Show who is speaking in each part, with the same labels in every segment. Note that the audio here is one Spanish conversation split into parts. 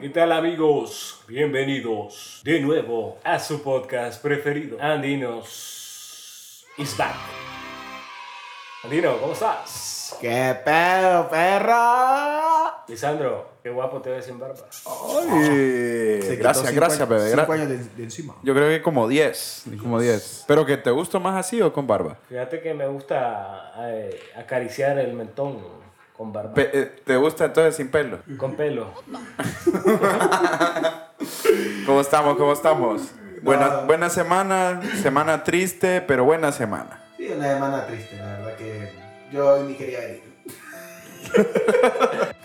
Speaker 1: ¿Qué tal amigos? Bienvenidos de nuevo a su podcast preferido. Andinos is back. Andino, ¿cómo estás?
Speaker 2: ¡Qué pedo, perro!
Speaker 1: Lisandro, qué guapo te ves sin barba.
Speaker 2: Se quitó
Speaker 3: Eh, gracias,
Speaker 2: cinco
Speaker 3: gracias,
Speaker 2: años-
Speaker 3: bebé. gra-
Speaker 2: Cinco años de, de encima.
Speaker 3: Yo creo que como 10. Como 10. Pero que te gusto más así o con barba.
Speaker 1: Fíjate que me gusta eh, acariciar el mentón con barba.
Speaker 3: Pe- eh, ¿Te gusta entonces sin pelo?
Speaker 1: con pelo.
Speaker 3: ¿Cómo estamos? ¿Cómo estamos? Buena, buena semana, semana triste, pero buena semana.
Speaker 2: Sí, una semana triste, la verdad que yo ni quería venir.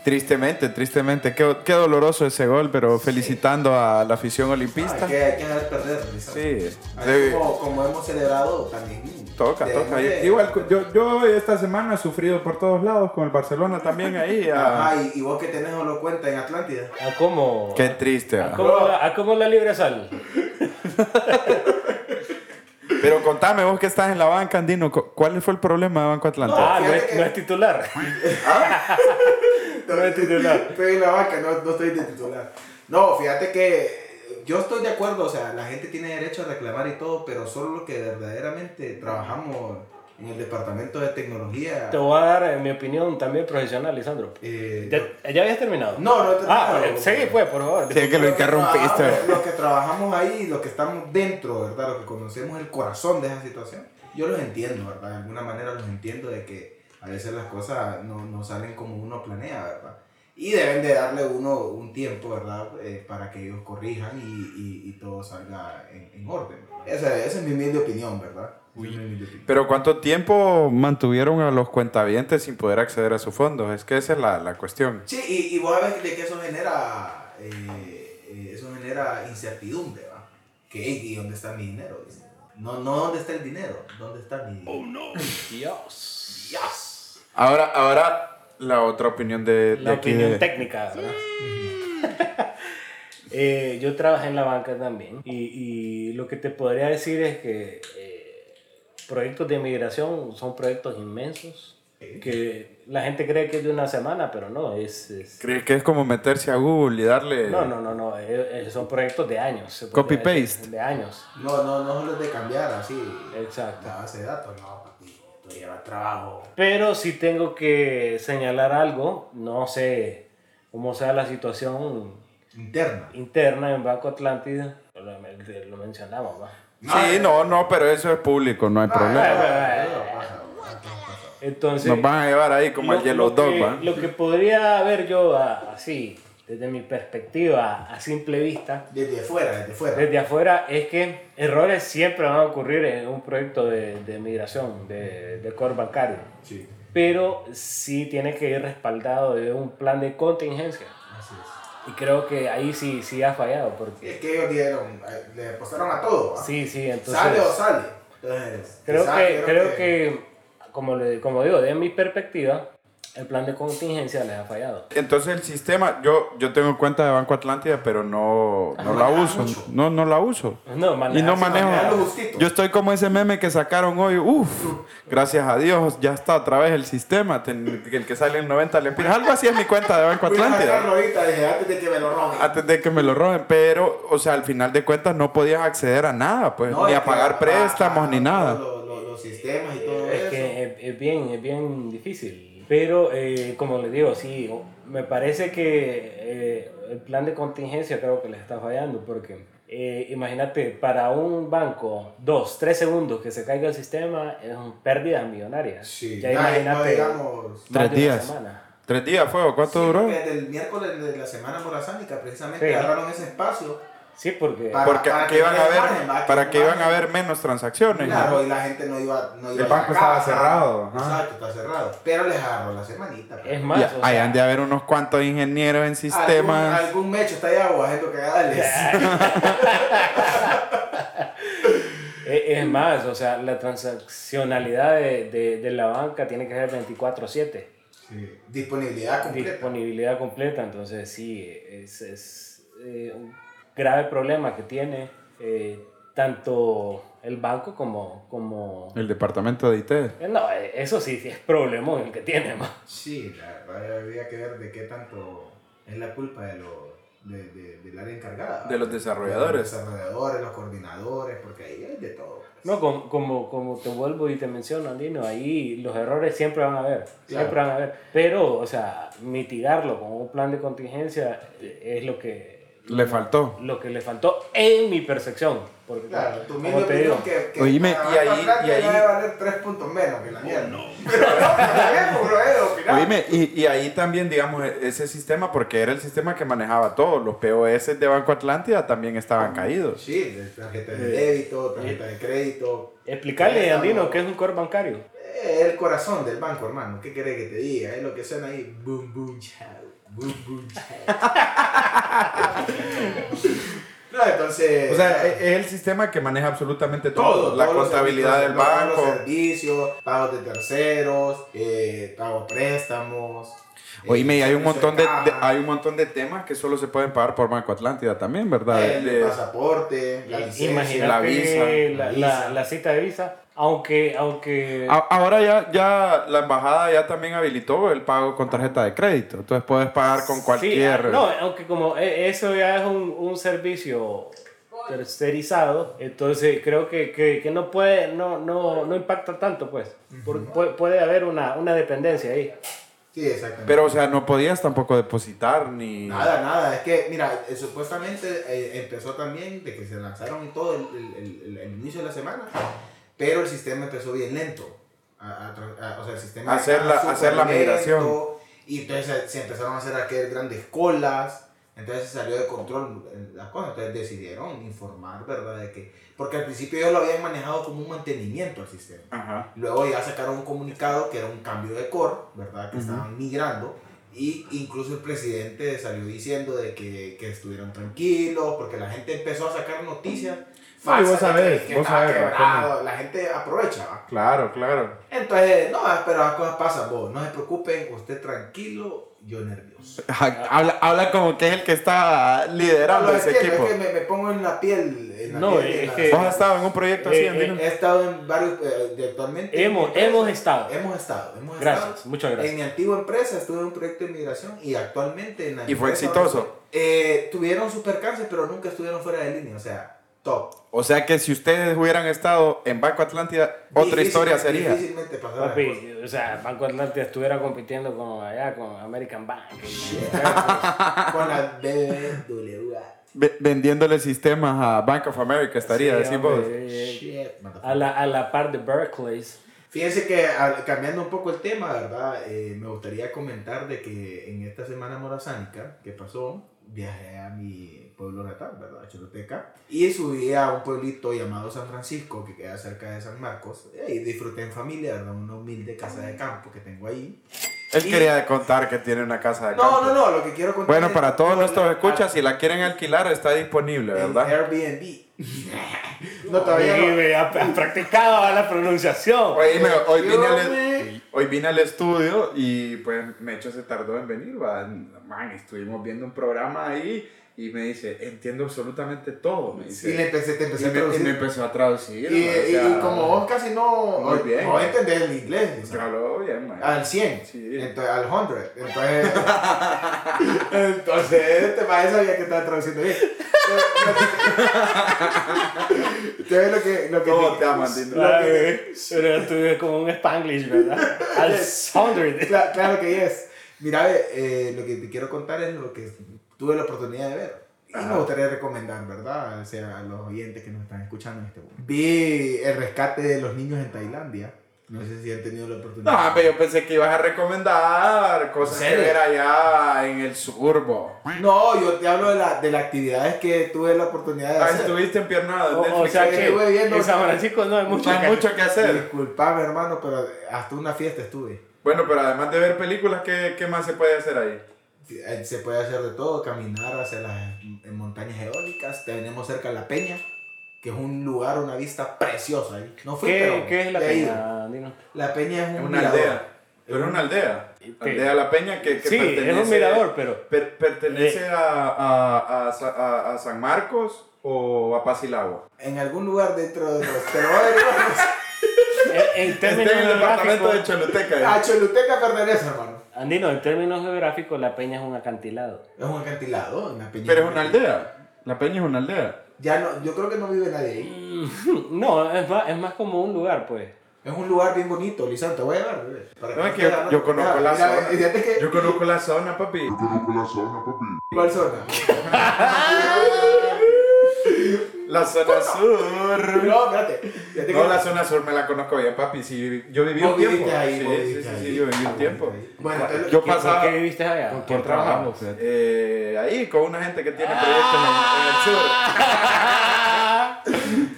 Speaker 3: Tristemente, tristemente. Qué, qué doloroso ese gol, pero felicitando a la afición olimpista.
Speaker 2: Hay que, hay que dejar perder, Lizardo.
Speaker 3: Sí.
Speaker 2: Así
Speaker 3: de-
Speaker 2: como, como hemos celebrado también. mm,
Speaker 3: Toca,
Speaker 2: de-
Speaker 3: toca.
Speaker 2: de-
Speaker 3: Igual, yo, yo esta semana he sufrido por todos lados, con el Barcelona también ahí. ah.
Speaker 2: Ajá, y, y vos que tenés lo cuenta en Atlántida.
Speaker 1: ¿A cómo?
Speaker 3: Qué triste.
Speaker 1: ¿A
Speaker 3: ah.
Speaker 1: cómo, la, ¿A cómo la libre sal?
Speaker 3: Pero contame, vos que estás en la banca, Andino, cu- ¿cuál fue el problema de Banco Atlántico?
Speaker 1: Ah, no
Speaker 2: fíjate
Speaker 1: es,
Speaker 2: que-
Speaker 1: no es titular. No es titular.
Speaker 2: Estoy en la banca, no, no estoy de titular. No, fíjate que yo estoy de acuerdo, o sea, la gente tiene derecho a reclamar y todo, pero solo los que verdaderamente trabajamos en el departamento de tecnología.
Speaker 1: Te voy a dar eh, mi opinión también profesional, Lisandro.
Speaker 2: eh,
Speaker 1: ¿Ya, ya habías terminado?
Speaker 2: No, no he terminado.
Speaker 1: Ah, eh, seguí pues, por favor.
Speaker 3: Sí, es que lo
Speaker 2: Los que
Speaker 3: interrumpiste.
Speaker 2: trabajamos- Los que trabajamos ahí, los que estamos dentro, ¿verdad? Los que conocemos el corazón de esa situación. Yo los entiendo, ¿verdad? De alguna manera los entiendo de que a veces las cosas no, no salen como uno planea, ¿verdad? Y deben de darle uno un tiempo, ¿verdad? Eh, para que ellos corrijan y, y- y todo salga en, en orden. Esa, esa es mi humilde opinión, ¿verdad? Esa es mi humilde opinión.
Speaker 3: Pero ¿cuánto tiempo mantuvieron a los cuentavientes sin poder acceder a sus fondos? Es que esa es la, la cuestión.
Speaker 2: Sí, y, y vos sabés de que eso genera, eh, eh, eso genera incertidumbre, ¿va? Que, "Ey, ¿y dónde está mi dinero? Dice. No, no, ¿dónde está el dinero? ¿Dónde está mi dinero?
Speaker 1: Dios.
Speaker 2: Dios.
Speaker 3: Ahora, ahora la otra opinión de, de
Speaker 1: La
Speaker 3: aquí
Speaker 1: opinión
Speaker 3: de-
Speaker 1: técnica, ¿verdad? Eh, yo trabajé en la banca también y, y lo que te podría decir es que eh, proyectos de migración son proyectos inmensos que la gente cree que es de una semana, pero no, es... es-
Speaker 3: ¿Crees que es como meterse a Google y darle...
Speaker 1: no, no, no, no, eh, eh, son proyectos de años. se podría
Speaker 3: Copy-paste.
Speaker 1: decir, De años,
Speaker 2: No, no, no solo es de cambiar así
Speaker 1: exacto.
Speaker 2: la base de datos, no, papi. Tú llevas trabajo.
Speaker 1: Pero si tengo que señalar algo, no sé cómo sea la situación
Speaker 2: Interna.
Speaker 1: interna en Banco Atlántida, lo, lo mencionamos, ¿va?
Speaker 3: Sí,
Speaker 1: eh.
Speaker 3: no, no, pero eso es público, no hay
Speaker 2: Ah,
Speaker 3: problema.
Speaker 2: ah, ah, pasa, pasa, pasa.
Speaker 1: Entonces,
Speaker 3: Nos van a llevar ahí como
Speaker 1: lo-
Speaker 3: el Yellow
Speaker 1: lo
Speaker 3: Dog,
Speaker 1: que-
Speaker 3: ¿va?
Speaker 1: Lo que podría ver yo a- así, desde mi perspectiva, a simple vista,
Speaker 2: Desde fuera, desde fuera.
Speaker 1: desde afuera, es que errores siempre van a ocurrir en un proyecto de, de migración, de, de core bancario.
Speaker 2: Sí,
Speaker 1: Pero sí tiene que ir respaldado de un plan de contingencia.
Speaker 2: así es.
Speaker 1: Y creo que ahí sí, sí ha fallado,
Speaker 2: Sí,
Speaker 1: porque
Speaker 2: es que ellos dieron, eh, le apostaron a todo, ¿va?
Speaker 1: sí, sí, entonces...
Speaker 2: sale o sale. Entonces,
Speaker 1: Creo
Speaker 2: quizás
Speaker 1: que, creo que como, le- como digo, desde mi perspectiva, el plan de contingencia les ha fallado.
Speaker 3: Entonces el sistema, yo, yo tengo cuenta de Banco Atlántida, pero no, no la
Speaker 1: Ah,
Speaker 2: manejas
Speaker 3: uso.
Speaker 2: mucho.
Speaker 3: No, no la uso.
Speaker 1: No,
Speaker 3: Y no
Speaker 1: maneja-
Speaker 2: manejarlo
Speaker 3: manejo.
Speaker 2: justito.
Speaker 3: Yo estoy como ese meme que sacaron hoy. Uf, gracias a Dios, ya está otra vez el sistema. ten- El que sale en 90 lempiras. Algo así es mi cuenta de Banco
Speaker 2: Voy a sacarlo
Speaker 3: Atlántida.
Speaker 2: ahorita, dije, antes de que me lo roben.
Speaker 3: Antes de que me lo roben. Pero, o sea, al final de cuentas no podías acceder a nada, pues.
Speaker 2: No,
Speaker 3: ni
Speaker 2: es
Speaker 3: a
Speaker 2: que-
Speaker 3: pagar
Speaker 2: ah,
Speaker 3: préstamos,
Speaker 2: ah,
Speaker 3: ni nada.
Speaker 2: Los, los- los sistemas y todo
Speaker 1: Es
Speaker 2: eso.
Speaker 1: que es, es bien, es bien difícil. Pero, eh, como les digo, sí, me parece que eh, el plan de contingencia creo que les está fallando, porque eh, imagínate, para un banco, dos, tres segundos que se caiga el sistema es un pérdida millonaria.
Speaker 2: Sí,
Speaker 1: ya
Speaker 2: ya, no
Speaker 1: imagínate,
Speaker 2: digamos-
Speaker 1: más
Speaker 3: Tres
Speaker 1: de una
Speaker 3: días.
Speaker 1: semana.
Speaker 3: ¿Tres días fue o cuánto
Speaker 2: Sí,
Speaker 3: duró?
Speaker 2: porque Desde el miércoles de la semana morazánica, precisamente
Speaker 1: Sí.
Speaker 2: agarraron ese espacio.
Speaker 1: Sí, porque...
Speaker 2: Para-
Speaker 3: Porque
Speaker 2: para
Speaker 3: que
Speaker 2: que
Speaker 3: iban a
Speaker 2: no
Speaker 3: haber,
Speaker 2: bajen, va, que
Speaker 3: para
Speaker 2: no
Speaker 3: que iban
Speaker 2: bajen.
Speaker 3: a haber menos transacciones.
Speaker 2: Claro, y la gente no iba, no iba
Speaker 3: El
Speaker 2: a la
Speaker 3: banco estaba
Speaker 2: casa.
Speaker 3: cerrado, ajá.
Speaker 2: Exacto, estaba cerrado. Pero les agarró la semanita. pues.
Speaker 1: Es
Speaker 3: Y
Speaker 1: más, o
Speaker 3: ahí
Speaker 1: sea,
Speaker 3: han de haber unos cuantos ingenieros en sistemas.
Speaker 2: Algún, algún mecho está allá o haciendo cagadales.
Speaker 1: E- Es más, o sea, la transaccionalidad de, de- de la banca tiene que ser 24/7,
Speaker 2: Sí. Disponibilidad completa.
Speaker 1: disponibilidad completa, entonces sí, es, es, eh, un grave problema que tiene eh, tanto el banco como... como
Speaker 3: El departamento de IT.
Speaker 1: Eh, no, eh, eso sí, sí es problema el que tiene. ma.
Speaker 2: Sí, la verdad habría que ver de qué tanto es la culpa de los de- de- del área encargada.
Speaker 3: De los
Speaker 2: Los
Speaker 3: desarrolladores.
Speaker 2: desarrolladores, los coordinadores, porque ahí hay de todo. pues.
Speaker 1: No, com- como, como te vuelvo y te menciono, Andino, ahí los errores siempre van a haber, siempre
Speaker 2: Claro.
Speaker 1: van a haber. Pero, o sea, mitigarlo con un plan de contingencia eh, es lo que,
Speaker 3: Le faltó.
Speaker 1: lo que le faltó en mi percepción. Porque,
Speaker 2: Claro, tu
Speaker 1: como
Speaker 2: mismo
Speaker 1: te digo,
Speaker 2: opinión que, que
Speaker 3: Oíme,
Speaker 2: para
Speaker 3: y
Speaker 2: más
Speaker 3: ahí-
Speaker 2: para atrás
Speaker 3: y
Speaker 2: te
Speaker 3: ahí-
Speaker 2: va a valer tres puntos menos que la mierda. Pero no, está bien, bro, eh, opinar.
Speaker 3: Oíme, y, y ahí también, digamos, e- ese sistema, porque era el sistema que manejaba todo. Los POS de Banco Atlántida también estaban caídos.
Speaker 2: Sí, de tarjeta de débito, tarjeta de crédito.
Speaker 1: explicarle,
Speaker 2: Préstamo.
Speaker 1: Andino, que es un core bancario.
Speaker 2: Eh, el corazón del banco, hermano. ¿Qué querés que te diga? Es lo que suena ahí. Boom, boom, chao. Boom, boom, chao. no, entonces.
Speaker 3: O sea, e- es el sistema que maneja absolutamente todo. la
Speaker 2: Eh, todos los
Speaker 3: contabilidad del
Speaker 2: servicios, todos
Speaker 3: banco.
Speaker 2: Los servicios, pagos de terceros, eh, pagos de préstamos. eh,
Speaker 3: Oíme, y hay un montón de, de-
Speaker 2: caja,
Speaker 3: hay un montón de temas que solo se pueden pagar por Banco Atlántida también, ¿verdad? De-
Speaker 2: el
Speaker 3: de-
Speaker 2: pasaporte, la licencia.
Speaker 3: la
Speaker 1: Eh, Imagínate
Speaker 3: visa,
Speaker 1: la, la-
Speaker 2: la visa.
Speaker 1: la cita de visa, aunque... aunque
Speaker 3: A- ahora ya, ya la embajada ya también habilitó el pago con tarjeta de crédito. Entonces puedes pagar con
Speaker 1: sí,
Speaker 3: cualquier.
Speaker 1: ah, no, aunque como eh, eso ya es un, un servicio tercerizado, entonces creo que, que- que no puede, no, no, no impacta tanto, pues. Por- puede, puede haber una, una dependencia ahí.
Speaker 2: Sí, exactamente.
Speaker 3: Pero, o sea, no podías tampoco depositar ni.
Speaker 2: Nada, nada, es que, mira, eh, supuestamente eh, empezó también de que se lanzaron y todo el, el- el- el- el inicio de la semana, pero el sistema empezó bien lento. A, a tra- a- o sea, el sistema
Speaker 3: Hacer
Speaker 2: estaba
Speaker 3: la-
Speaker 2: súper
Speaker 3: hacer la migración.
Speaker 2: lento, Y entonces eh, se empezaron a hacer aquel grandes colas, entonces se salió de control eh, las cosas, entonces decidieron informar, ¿verdad? De que, porque al principio ellos lo habían manejado como un mantenimiento al sistema.
Speaker 3: Ajá.
Speaker 2: Luego ya sacaron un comunicado que era un cambio de core, ¿verdad? Que
Speaker 3: Ujú.
Speaker 2: estaban migrando. Y incluso el presidente salió diciendo de que, que estuvieron tranquilos, porque la gente empezó a sacar noticias. falsas
Speaker 3: vos
Speaker 2: de que-
Speaker 3: sabés,
Speaker 2: que
Speaker 3: vos
Speaker 2: estaba
Speaker 3: sabés,
Speaker 2: quebrado.
Speaker 3: Rafael.
Speaker 2: La gente aprovecha, ¿va?
Speaker 3: Claro, claro.
Speaker 2: Entonces, no, pero las cosas pasan, vos. No se preocupen, usted tranquilo, yo nervioso.
Speaker 3: Habla, habla como que es el que está liderando
Speaker 2: No, es
Speaker 3: ese
Speaker 2: que,
Speaker 3: equipo.
Speaker 2: es que me, me pongo en la piel. en la
Speaker 1: No,
Speaker 2: piel de
Speaker 1: es
Speaker 2: la-
Speaker 1: que-
Speaker 3: Vos has estado en un proyecto así,
Speaker 1: Eh,
Speaker 3: Andino?
Speaker 2: He estado en varios. eh, de- actualmente.
Speaker 1: Hemos-
Speaker 2: en mi empresa-
Speaker 1: hemos estado.
Speaker 2: Hemos estado. Hemos estado.
Speaker 1: Gracias, muchas
Speaker 2: En
Speaker 1: gracias.
Speaker 2: mi antigua empresa estuve en un proyecto de migración y actualmente en la
Speaker 3: ¿Y fue
Speaker 2: empresa-
Speaker 3: exitoso?
Speaker 2: Eh, tuvieron supercáncer, pero nunca estuvieron fuera de línea, o sea, top.
Speaker 3: O sea que si ustedes hubieran estado en Banco Atlántida, otra
Speaker 2: Difícil-
Speaker 3: historia sería.
Speaker 2: Difícilmente pasará.
Speaker 1: Papi, o sea, Banco Atlántida estuviera compitiendo con allá, con American Bank.
Speaker 2: Con la BBWA.
Speaker 3: Ve- vendiéndole sistemas a Bank of America estaría,
Speaker 1: Sí,
Speaker 3: decís
Speaker 1: hombre,
Speaker 3: vos.
Speaker 1: eh,
Speaker 2: Shit, motherfucker.
Speaker 1: a, la, a la par de Berkeley.
Speaker 2: Fíjense que a- cambiando un poco el tema, ¿verdad? Eh, me gustaría comentar de que en esta semana morazánica que pasó, viajé a mi pueblo natal, ¿verdad? A Choluteca. Y subí a un pueblito llamado San Francisco, que queda cerca de San Marcos. Eh, Y disfruté en familia, ¿verdad? Una humilde casa de campo que tengo ahí.
Speaker 3: Él
Speaker 2: Y-
Speaker 3: quería contar que tiene una casa de
Speaker 2: No,
Speaker 3: Ah, campo.
Speaker 2: no, no, lo que quiero contar.
Speaker 3: Bueno,
Speaker 2: es-
Speaker 3: para todos
Speaker 2: no,
Speaker 3: nuestros
Speaker 2: la-
Speaker 3: escuchas, si la quieren alquilar, está disponible,
Speaker 2: en
Speaker 3: ¿verdad?
Speaker 2: Airbnb. no, todavía no.
Speaker 1: Y, eh, ha, ha practicado la pronunciación.
Speaker 3: Oye, me- hoy, vine al,
Speaker 2: Ayúdame.
Speaker 3: hoy vine al estudio y pues Mecho se tardó en venir, va. Man, estuvimos viendo un programa ahí y me dice, entiendo absolutamente todo, me dice.
Speaker 2: Y le empecé, te
Speaker 3: Y
Speaker 2: empecé
Speaker 3: me,
Speaker 2: a
Speaker 3: y me
Speaker 2: traducir.
Speaker 3: empezó a traducir.
Speaker 2: Y,
Speaker 3: va, o
Speaker 2: y-
Speaker 3: sea,
Speaker 2: y como vos casi no,
Speaker 3: Muy bien.
Speaker 2: no entendés el inglés, o sea,
Speaker 3: se habló "Oh, bien, man.
Speaker 2: al 100,
Speaker 3: Sí.
Speaker 2: entonces, al 100, entonces, entonces este maestro sabía que estaba traduciendo bien. Entonces lo que, lo que,
Speaker 3: ¿Cómo te aman, Dindra?
Speaker 2: lo que-
Speaker 1: Pero tú eres como un Spanglish, ¿verdad? Al hundred.
Speaker 2: Cla- claro que es. Mira, ve, eh, lo que te quiero contar es lo que tuve la oportunidad de ver. Y
Speaker 3: Ajá.
Speaker 2: me gustaría recomendar, ¿verdad? O sea, a los oyentes que nos están escuchando en este momento. Vi el rescate de los niños en Tailandia. No sé si han tenido la
Speaker 3: Ah, No,
Speaker 2: oportunidad.
Speaker 3: pero yo pensé que ibas a recomendar cosas
Speaker 2: ¿En
Speaker 3: que
Speaker 2: serio?
Speaker 3: ver allá en el surbo.
Speaker 2: No, yo te hablo de, la, de las actividades que tuve la oportunidad de
Speaker 3: Ah,
Speaker 2: hacer.
Speaker 3: estuviste empiernado. en
Speaker 1: O, o
Speaker 3: Netflix.
Speaker 1: sea que
Speaker 2: estuve viendo-
Speaker 1: en San Francisco no hay mucho.
Speaker 3: no hay
Speaker 1: que-
Speaker 3: mucho que hacer.
Speaker 2: Disculpame, hermano, pero hasta una fiesta estuve.
Speaker 3: Bueno, pero además de ver películas, ¿qué, qué más se puede hacer ahí?
Speaker 2: Eh, Se puede hacer de todo, caminar hacia las eh, montañas eólicas. Tenemos cerca la peña, que es un lugar, una vista preciosa. ahí. No fui,
Speaker 1: ¿Qué,
Speaker 2: pero
Speaker 1: qué es la
Speaker 2: he ido.
Speaker 1: peña, Dino?
Speaker 2: La peña es
Speaker 3: Es
Speaker 2: un
Speaker 3: una
Speaker 2: mirador.
Speaker 3: aldea. Pero es una aldea.
Speaker 1: ¿Qué?
Speaker 3: Aldea La Peña que, que
Speaker 1: Sí,
Speaker 3: pertenece,
Speaker 1: es un mirador, Eh. pero.
Speaker 3: per- pertenece a, a- a Sa- a- a San Marcos o a Pasilago.
Speaker 2: En algún lugar dentro de los... Pero bueno,
Speaker 1: En, en
Speaker 3: Está en
Speaker 1: términos
Speaker 3: Este el departamento de
Speaker 1: geográficos, Ah,
Speaker 3: Choluteca.
Speaker 2: a
Speaker 3: ¿eh?
Speaker 2: Choluteca pertenece, hermano.
Speaker 1: Andino, en términos geográficos, La Peña es un acantilado.
Speaker 2: Es un acantilado, una peña.
Speaker 3: eh. Pero es una aldea. La Peña es una aldea.
Speaker 2: Ya no, yo creo que no vive nadie ahí.
Speaker 1: No, es más, es más como un lugar, pues.
Speaker 2: Es un lugar bien bonito, Lizán, te voy a llevar, bebé. Para
Speaker 3: No, es que
Speaker 2: te
Speaker 3: yo-
Speaker 2: hagas-
Speaker 3: yo conozco
Speaker 2: Mira,
Speaker 3: la
Speaker 2: mira,
Speaker 3: zona.
Speaker 2: fíjate que-
Speaker 3: Yo conozco la zona, papi.
Speaker 2: ¿Cuál zona?
Speaker 3: La zona sur.
Speaker 2: No, espérate. Fíjate que-
Speaker 3: No, la zona sur me la conozco bien, papi. Sí, yo viví
Speaker 2: Vos
Speaker 3: un tiempo.
Speaker 2: viviste ahí,
Speaker 3: sí,
Speaker 2: vos
Speaker 3: sí,
Speaker 2: viviste
Speaker 3: sí,
Speaker 2: ahí.
Speaker 3: sí, yo viví un tiempo.
Speaker 2: Bueno, entonces-
Speaker 3: Yo
Speaker 1: ¿Qué- ¿Por
Speaker 3: pasaba
Speaker 1: qué viviste allá?
Speaker 4: ¿Con
Speaker 3: por
Speaker 4: quién
Speaker 3: trabajo.
Speaker 4: trabajamos? fíjate?
Speaker 3: Eh, ahí con una gente que tiene proyectos en, en el sur.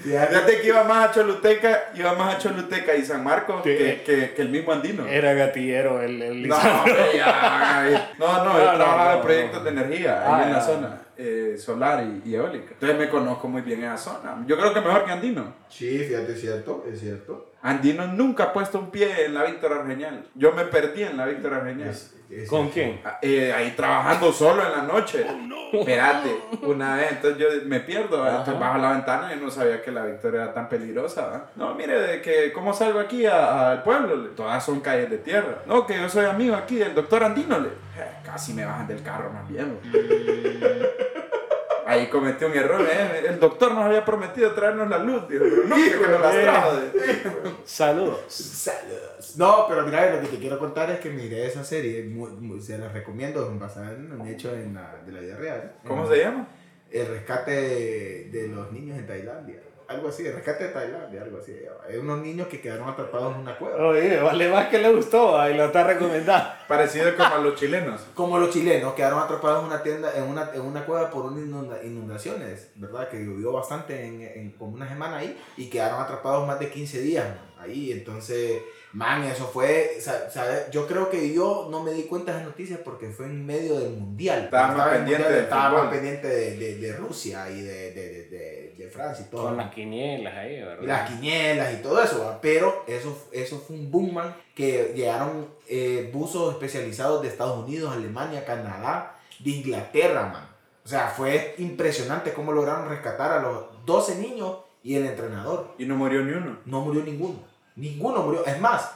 Speaker 2: fíjate-
Speaker 3: Fíjate que iba más a Choluteca, iba más a Choluteca y San Marcos
Speaker 1: Sí.
Speaker 3: que, que, que el mismo andino.
Speaker 1: Era gatillero el, el
Speaker 3: No, hombre, ya. no, no, yo
Speaker 1: No, no,
Speaker 3: trabajaba
Speaker 1: no,
Speaker 3: en proyectos
Speaker 1: no.
Speaker 3: de
Speaker 1: Ah,
Speaker 3: energía ahí en la
Speaker 1: ya.
Speaker 3: zona eh, solar y, y eólica. Entonces me conozco muy bien esa zona. Yo creo que mejor que Andino.
Speaker 2: Sí, fíjate, es cierto, es cierto.
Speaker 3: Andino nunca ha puesto un pie en la Víctora Reñal. Yo me perdí en la Víctora Reñal.
Speaker 2: Es- es-
Speaker 1: ¿Con quién?
Speaker 3: Ah, eh, ahí trabajando solo en la noche. Espérate, una vez, entonces yo me pierdo, ¿va? entonces bajo la ventana y no sabía que la Victoria era tan peligrosa. ¿va? No, mire, de que ¿cómo salgo aquí a- al pueblo? Le- Todas son calles de tierra. No, que yo soy amigo aquí del doctor Andino. le- Eh, Casi me bajan del carro más bien. va. Ahí cometí un error, ¿eh? el doctor nos había prometido traernos la luz, dijo, pero no, que nos las trajo.
Speaker 1: Saludos.
Speaker 2: Saludos. No, pero mira, lo que te quiero contar es que miré esa serie, muy- muy- se la recomiendo, basada en un hecho en la, de la vida real.
Speaker 3: ¿Cómo se llama?
Speaker 2: El rescate de, de los niños en Tailandia. Algo así, el rescate de Tailandia, algo así. Hay unos niños que quedaron atrapados en una cueva.
Speaker 1: Oye, vale más que le gustó ahí lo está recomendando.
Speaker 3: Parecido como a los chilenos.
Speaker 2: Como los chilenos quedaron atrapados en una tienda, en una, en una cueva por unas inunda- inundaciones, ¿verdad? Que llovió bastante en, en como una semana ahí y quedaron atrapados más de 15 días man, ahí. Entonces, man, eso fue, sa- sabe, yo creo que yo no me di cuenta de esas noticias porque fue en medio del mundial.
Speaker 3: Estaba
Speaker 2: Cuando
Speaker 3: más
Speaker 2: en el
Speaker 3: pendiente del
Speaker 2: estaba más
Speaker 3: fútbol.
Speaker 2: pendiente de, de- de Rusia y de, de- de- de- de Francia y todo.
Speaker 1: Con las quinielas ahí,
Speaker 2: Y las
Speaker 1: ¿verdad?
Speaker 2: quinielas y todo eso, ¿va? pero eso, eso fue un boom, man, que llegaron eh, buzos especializados de Estados Unidos, Alemania, Canadá, de Inglaterra, man. O sea, fue impresionante cómo lograron rescatar a los 12 niños y el entrenador.
Speaker 3: Y no murió ni uno.
Speaker 2: No murió ninguno, ninguno murió. Es más,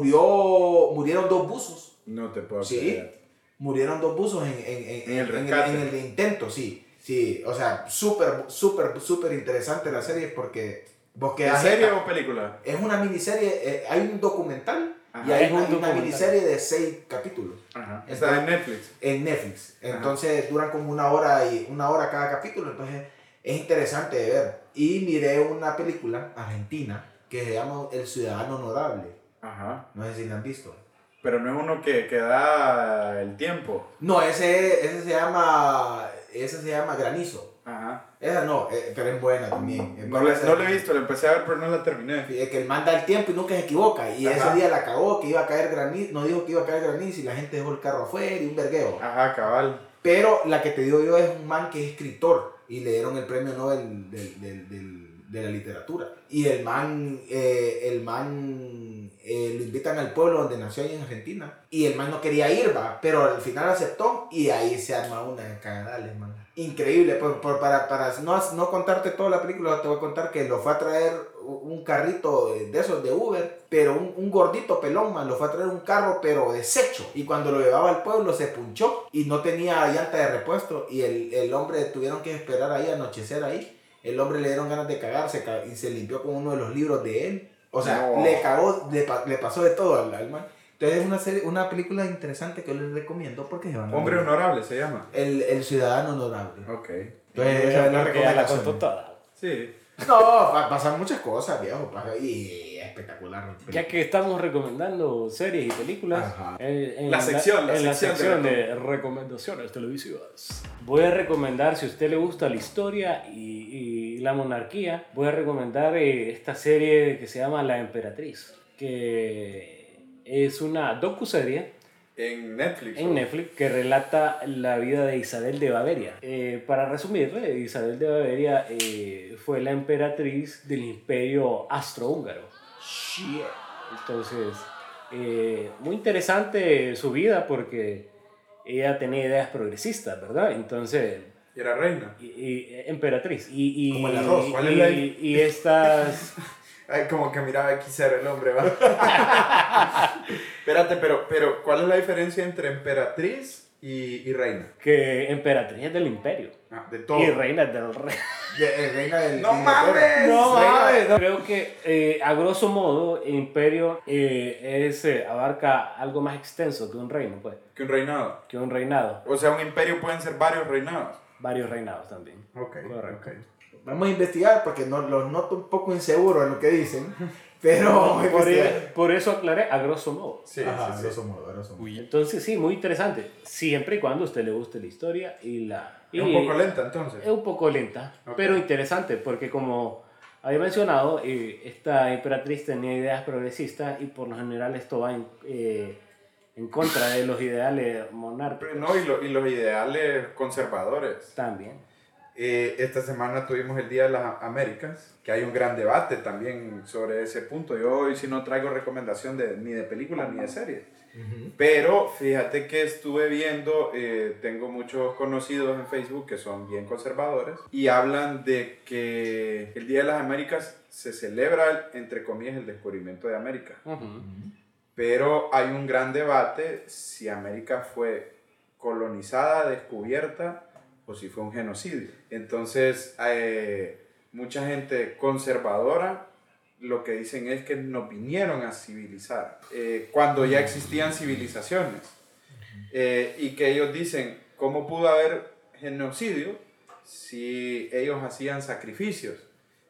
Speaker 2: murió, murieron dos buzos,
Speaker 3: No te puedo
Speaker 2: Sí.
Speaker 3: creer.
Speaker 2: murieron dos buzos en, en- en-
Speaker 3: En
Speaker 2: en
Speaker 3: el rescate.
Speaker 2: en el intento, sí. Sí, o sea, súper, súper, súper interesante la serie porque... Vos
Speaker 3: ¿En
Speaker 2: quedás
Speaker 3: serie o película?
Speaker 2: es una miniserie, eh, hay un documental
Speaker 3: Ajá.
Speaker 2: y hay,
Speaker 1: Es un
Speaker 2: hay una
Speaker 1: documental.
Speaker 2: miniserie de seis capítulos
Speaker 3: Ajá.
Speaker 2: Está-
Speaker 3: Está en Netflix.
Speaker 2: en Netflix.
Speaker 3: Ajá.
Speaker 2: Entonces duran como una hora y una hora cada capítulo, entonces es interesante de ver. Y miré una película argentina que se llama El Ciudadano Honorable.
Speaker 3: Ajá.
Speaker 2: No sé si la han visto.
Speaker 3: Pero no es uno que, que da el tiempo.
Speaker 2: No, ese, ese se llama ese se llama Granizo.
Speaker 3: Ajá.
Speaker 2: Esa no, eh, pero es buena también. Es
Speaker 3: No,
Speaker 2: buena
Speaker 3: la-
Speaker 2: esa-
Speaker 3: no lo he visto, lo empecé a ver, pero no la terminé.
Speaker 2: Eh, que él manda el tiempo y nunca se equivoca. Y
Speaker 3: Ajá.
Speaker 2: ese día la cagó, que iba a caer granizo, no dijo que iba a caer granizo y la gente dejó el carro afuera y un vergueo.
Speaker 3: Ajá, cabal.
Speaker 2: Pero la que te digo yo es un man que es escritor y le dieron el premio Nobel del- del- del- de la literatura. Y el man, eh, el man eh, lo invitan al pueblo donde nació ahí en Argentina. Y el man no quería ir, va, pero al final aceptó y ahí se arma una de cagadales, man. Increíble, pues, por, por- para, para no, no contarte toda la película, te voy a contar que lo fue a traer un carrito de de esos de Uber, pero un, un gordito pelón, man, lo fue a traer un carro, pero deshecho. Y cuando lo llevaba al pueblo se punchó y no tenía llanta de repuesto. Y el, el hombre tuvieron que esperar ahí, anochecer ahí. El hombre le dieron ganas de cagarse ca- y se limpió con uno de los libros de él. O sea,
Speaker 3: No.
Speaker 2: le cagó, le, pa- le pasó de todo al, al man. Entonces es una, serie, una película interesante que yo les recomiendo porque se van a
Speaker 3: Hombre
Speaker 2: ver.
Speaker 3: honorable se llama.
Speaker 2: el, el ciudadano honorable.
Speaker 3: Ok.
Speaker 2: Entonces,
Speaker 1: Yo
Speaker 2: esa
Speaker 1: creo que Pues, ya
Speaker 2: es la
Speaker 1: la
Speaker 2: recomendación.
Speaker 1: contó toda.
Speaker 3: Sí.
Speaker 2: No, pa- pasan muchas cosas, viejo. pasa- y espectacular.
Speaker 1: Ya que estamos recomendando series y películas,
Speaker 2: Ajá.
Speaker 1: en, en
Speaker 3: La sección, la
Speaker 1: en
Speaker 3: sección de
Speaker 1: de, recomendaciones televisivas. Voy a recomendar, si a usted le gusta la historia y, y la monarquía, voy a recomendar eh, esta serie que se llama La Emperatriz, que es una docuserie
Speaker 3: En Netflix.
Speaker 1: en Netflix que relata la vida de Isabel de Baviera. Eh, para resumirle, Isabel de Baviera eh, fue la emperatriz del imperio astrohúngaro.
Speaker 2: Shit.
Speaker 1: Entonces, eh, muy interesante su vida porque ella tenía ideas progresistas, ¿verdad? Entonces,
Speaker 3: Era reina.
Speaker 1: y- y- emperatriz. Y, y,
Speaker 2: Como el arroz,
Speaker 1: y-
Speaker 3: ¿cuál es la-
Speaker 1: y- y estas
Speaker 4: Ay, como que miraba aquí cero el hombre, va. Espérate, pero, pero, ¿cuál es la diferencia entre emperatriz y, y reina?
Speaker 1: Que emperatriz es del imperio.
Speaker 4: Ah, de todo.
Speaker 1: Y reina es del rey.
Speaker 2: De- el reina del
Speaker 4: ¡No mames!
Speaker 1: No
Speaker 4: Reina.
Speaker 1: mames, no. Creo que eh, a grosso modo, imperio eh, es, eh, abarca algo más extenso que un reino, pues,
Speaker 3: Que un reinado.
Speaker 1: que un reinado,
Speaker 3: O sea, un imperio pueden ser varios reinados.
Speaker 1: varios reinados también.
Speaker 4: Ok,
Speaker 1: Correcto.
Speaker 4: ok.
Speaker 2: Vamos a investigar porque no, los noto un poco inseguros en lo que dicen. Pero vamos a
Speaker 1: por, e-,
Speaker 2: investigar.
Speaker 1: por eso aclaré a grosso modo.
Speaker 4: Sí,
Speaker 2: Ajá,
Speaker 4: sí, sí.
Speaker 2: grosso modo, grosso modo.
Speaker 1: Entonces sí, muy interesante, siempre y cuando a usted le guste la historia y la...
Speaker 4: Es un
Speaker 1: y-
Speaker 4: poco lenta entonces.
Speaker 1: Es un poco lenta,
Speaker 4: Ok.
Speaker 1: pero interesante, porque como había mencionado, eh, esta emperatriz tenía ideas progresistas y por lo general esto va en, eh, en contra de los ideales monárquicos.
Speaker 3: Pero No, y, lo- y los ideales conservadores.
Speaker 1: También.
Speaker 3: Eh, esta semana tuvimos el Día de las Américas, que hay un gran debate también sobre ese punto. Yo hoy si no traigo recomendación de, ni de película ni de serie.
Speaker 2: Ujú.
Speaker 3: Pero fíjate que estuve viendo, eh, tengo muchos conocidos en Facebook que son bien conservadores y hablan de que el Día de las Américas se celebra, entre comillas, el descubrimiento de América.
Speaker 1: Ujú.
Speaker 3: Pero hay un gran debate si América fue colonizada, descubierta o si fue un genocidio. Entonces, eh, mucha gente conservadora lo que dicen es que nos vinieron a civilizar eh, cuando ya existían civilizaciones. Eh, y que ellos dicen, ¿cómo pudo haber genocidio si ellos hacían sacrificios?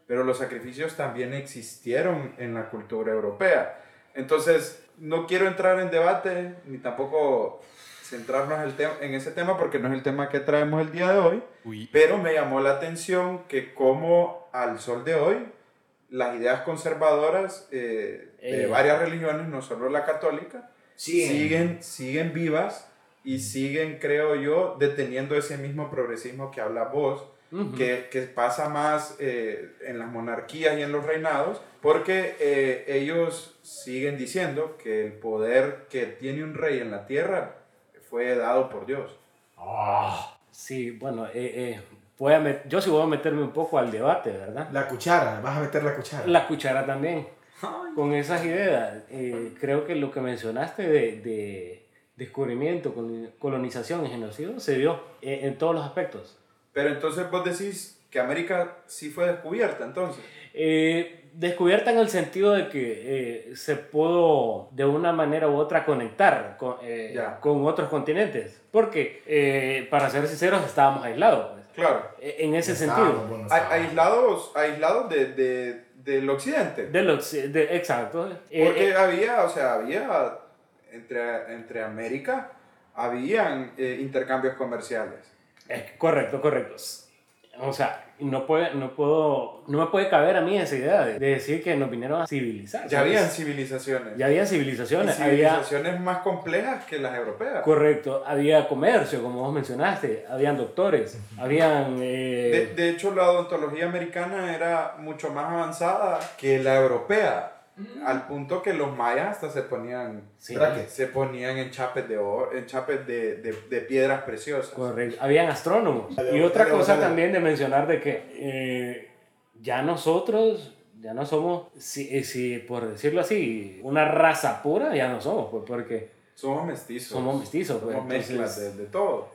Speaker 3: Pero los sacrificios también existieron en la cultura europea. Entonces, no quiero entrar en debate ni tampoco centrarnos en, el tema- en ese tema porque no es el tema que traemos el día de hoy, pero me llamó la atención que como al sol de hoy, las ideas conservadoras eh, de
Speaker 1: Eh.
Speaker 3: varias religiones, no solo la católica,
Speaker 2: Siguen.
Speaker 3: siguen, siguen vivas y siguen, creo yo, deteniendo ese mismo progresismo que habla vos,
Speaker 1: Ujú.
Speaker 3: que, que pasa más eh, en las monarquías y en los reinados, porque eh, ellos siguen diciendo que el poder que tiene un rey en la tierra fue dado por Dios.
Speaker 1: ah, Sí, bueno, eh, eh, voy a met- yo sí voy a meterme un poco al debate, ¿verdad?
Speaker 2: La cuchara, vas a meter la cuchara.
Speaker 1: La cuchara también. Con esas ideas, eh, creo que lo que mencionaste de, de descubrimiento, col- colonización y genocidio se dio eh, en todos los aspectos.
Speaker 3: Pero entonces vos decís que América sí fue descubierta, entonces.
Speaker 1: Eh, descubierta en el sentido de que eh, se pudo de una manera u otra conectar con, eh,
Speaker 3: Ya.
Speaker 1: con otros continentes. Porque, eh, para ser sinceros, estábamos aislados. pues.
Speaker 3: Claro.
Speaker 1: Eh, En ese
Speaker 2: Estábamos,
Speaker 1: sentido.
Speaker 2: bueno,
Speaker 3: A-
Speaker 2: estábamos.
Speaker 3: aislados aislados de, de- del occidente.
Speaker 1: De los, de- exacto. Eh,
Speaker 3: Porque
Speaker 1: eh,
Speaker 3: había, o sea, había entre, entre América, habían eh, intercambios comerciales.
Speaker 1: eh, correcto, correcto. O sea, no, puede, no, puedo, no me puede caber a mí esa idea de, de decir que nos vinieron a civilizar.
Speaker 3: Ya
Speaker 1: ¿sabes?
Speaker 3: habían civilizaciones.
Speaker 1: Ya había
Speaker 3: Y
Speaker 1: civilizaciones. Había,
Speaker 3: civilizaciones más complejas que las europeas.
Speaker 1: correcto, había comercio, como vos mencionaste. Habían doctores, habían... eh,
Speaker 3: De, de hecho, la odontología americana era mucho más avanzada que la europea, al punto que los mayas hasta se ponían,
Speaker 1: Sí.
Speaker 2: Braque.
Speaker 3: se ponían en chapes de oro, en chapes de, de- de piedras preciosas.
Speaker 1: Correcto. Habían astrónomos.
Speaker 2: Dale,
Speaker 1: Y otra
Speaker 2: dale,
Speaker 1: cosa
Speaker 2: dale.
Speaker 1: también de mencionar de que eh, ya nosotros ya no somos, si, eh, si por decirlo así, una raza pura, ya no somos, pues porque
Speaker 3: Somos mestizos.
Speaker 1: somos mestizos. Pues,
Speaker 3: Somos mezclas
Speaker 1: entonces,
Speaker 3: de, de todo.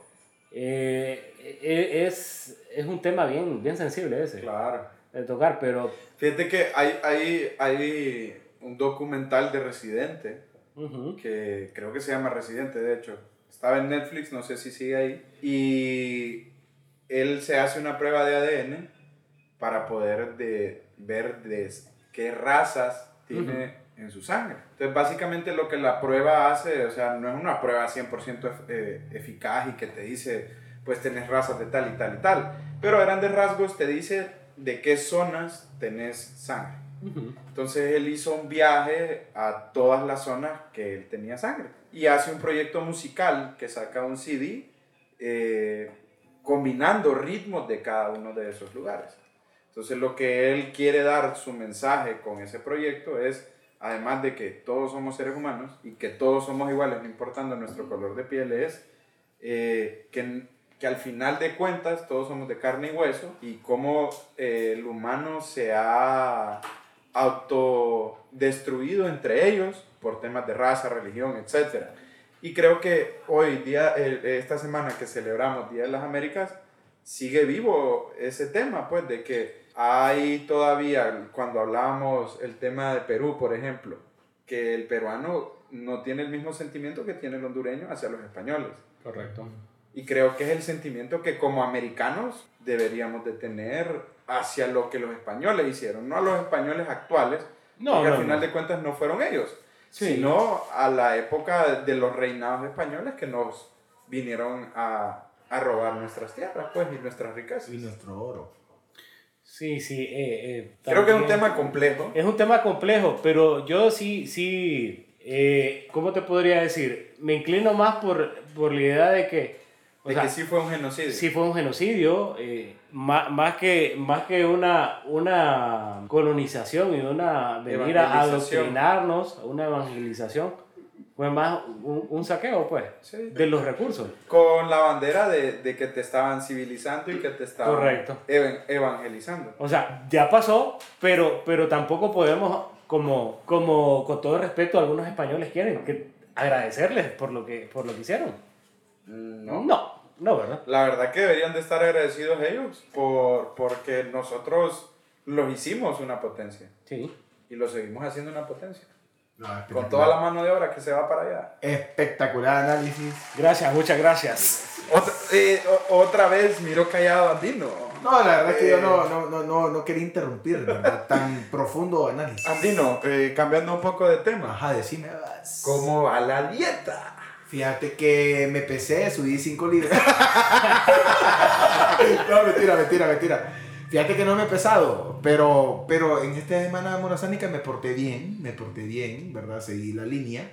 Speaker 1: eh, eh, es, es un tema bien, bien sensible ese
Speaker 3: Claro.
Speaker 1: de tocar, pero...
Speaker 3: Fíjate que hay, hay, hay un documental de Residente
Speaker 1: ujú.
Speaker 3: que creo que se llama Residente, de hecho. Estaba en Netflix, no sé si sigue ahí. Y él se hace una prueba de ADN para poder de, ver de qué razas tiene en su sangre. Entonces, básicamente lo que la prueba hace, o sea, no es una prueba 100% ef- eh, eficaz y que te dice, pues tenés razas de tal y tal y tal. Pero a grandes rasgos te dice de qué zonas tenés sangre.
Speaker 1: Ujú.
Speaker 3: Entonces él hizo un viaje a todas las zonas que él tenía sangre. Y hace un proyecto musical que saca un CD eh, combinando ritmos de cada uno de esos lugares. Entonces lo que él quiere dar su mensaje con ese proyecto es, además de que todos somos seres humanos y que todos somos iguales, no importando nuestro color de piel, es eh, que, que al final de cuentas todos somos de carne y hueso y cómo eh, el humano se ha autodestruido entre ellos por temas de raza, religión, etc. Y creo que hoy día, el- esta semana que celebramos Día de las Américas, sigue vivo ese tema, pues, de que hay todavía, cuando hablábamos el tema de Perú, por ejemplo, que el peruano no tiene el mismo sentimiento que tiene el hondureño hacia los españoles.
Speaker 1: Correcto.
Speaker 3: Y creo que es el sentimiento que como americanos deberíamos de tener hacia lo que los españoles hicieron, no a los españoles actuales,
Speaker 1: No,
Speaker 3: porque
Speaker 1: no,
Speaker 3: al final
Speaker 1: no.
Speaker 3: de cuentas no fueron ellos,
Speaker 1: Sí.
Speaker 3: sino a la época de los reinados españoles que nos vinieron a, a robar nuestras tierras pues, y nuestras riquezas.
Speaker 2: Y nuestro oro.
Speaker 1: Sí, sí. eh, eh,
Speaker 3: Creo que es un
Speaker 1: también-
Speaker 3: tema complejo.
Speaker 1: Es un tema complejo, pero yo sí, sí, eh, ¿cómo te podría decir? Me inclino más por, por la idea de que, o
Speaker 3: De
Speaker 1: sea,
Speaker 3: que sí fue un genocidio.
Speaker 1: sí fue un genocidio, eh, ma- más, que, más que una, una colonización y una venir a
Speaker 3: Evangelización.
Speaker 1: adoctrinarnos, una evangelización, fue más un, un saqueo, pues,
Speaker 3: Sí.
Speaker 1: de los recursos.
Speaker 3: Con la bandera de, de que te estaban civilizando y que te estaban
Speaker 1: Correcto.
Speaker 3: evan- evangelizando.
Speaker 1: O sea, ya pasó, pero, pero tampoco podemos, como, como con todo respeto algunos españoles quieren, que agradecerles por lo que, por lo que hicieron.
Speaker 3: No.
Speaker 1: No, no, ¿verdad?
Speaker 3: La verdad que deberían de estar agradecidos ellos por, porque nosotros los hicimos una potencia
Speaker 1: Sí.
Speaker 3: y lo seguimos haciendo una potencia.
Speaker 2: No,
Speaker 3: Con
Speaker 2: espectacular.
Speaker 3: toda la mano de obra que se va para allá.
Speaker 2: Espectacular análisis.
Speaker 1: Gracias, muchas gracias.
Speaker 3: Otra, eh, o- otra vez miro callado a Andino.
Speaker 2: No, la verdad es que yo
Speaker 3: Eh.
Speaker 2: no, no, no, no, no quería interrumpir, ¿verdad? Tan profundo análisis.
Speaker 3: Andino, eh, cambiando un poco de tema.
Speaker 2: Ajá, decime. vas.
Speaker 3: ¿Cómo va la dieta?
Speaker 2: Fíjate que me pesé, subí 5 libras. no, mentira, mentira, mentira. Fíjate que no me he pesado, pero, pero en esta semana morazánica me porté bien, me porté bien, ¿verdad? Seguí la línea,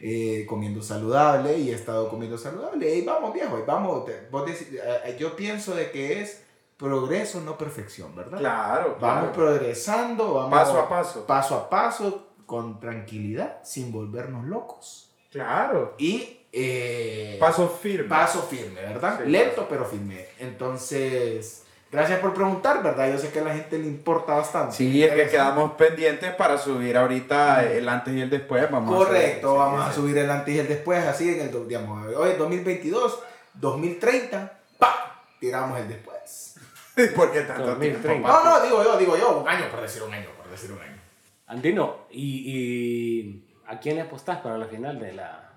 Speaker 2: eh, comiendo saludable y he estado comiendo saludable. Y vamos, viejo, y vamos. te- vos decí- eh, yo pienso de que es progreso, no perfección, ¿verdad?
Speaker 3: Claro,
Speaker 2: Vamos
Speaker 3: claro.
Speaker 2: progresando, vamos
Speaker 3: paso a paso.
Speaker 2: paso a paso, con tranquilidad, sin volvernos locos
Speaker 3: Claro.
Speaker 2: y eh,
Speaker 3: Paso firme.
Speaker 2: paso firme, ¿verdad?
Speaker 3: Sí,
Speaker 2: Lento pero firme. Entonces, gracias por preguntar, ¿verdad? Yo sé que a la gente le importa bastante.
Speaker 3: Sí, es que
Speaker 2: Interesante.
Speaker 3: quedamos pendientes para subir ahorita el antes y el después. Vamos a hacer-
Speaker 2: Correcto,
Speaker 3: sí,
Speaker 2: vamos
Speaker 3: sí.
Speaker 2: a subir el antes y el después, así en el, do- digamos, hoy es 2022, 2030, ¡pa! Tiramos el después.
Speaker 3: ¿Por qué tanto
Speaker 1: 2030?
Speaker 3: tiempo,
Speaker 2: No,
Speaker 3: papi?
Speaker 2: no, digo yo, digo yo, un año, por decir un año, por decir un año.
Speaker 1: Andino, ¿y, y a quién le apostás para la final de la,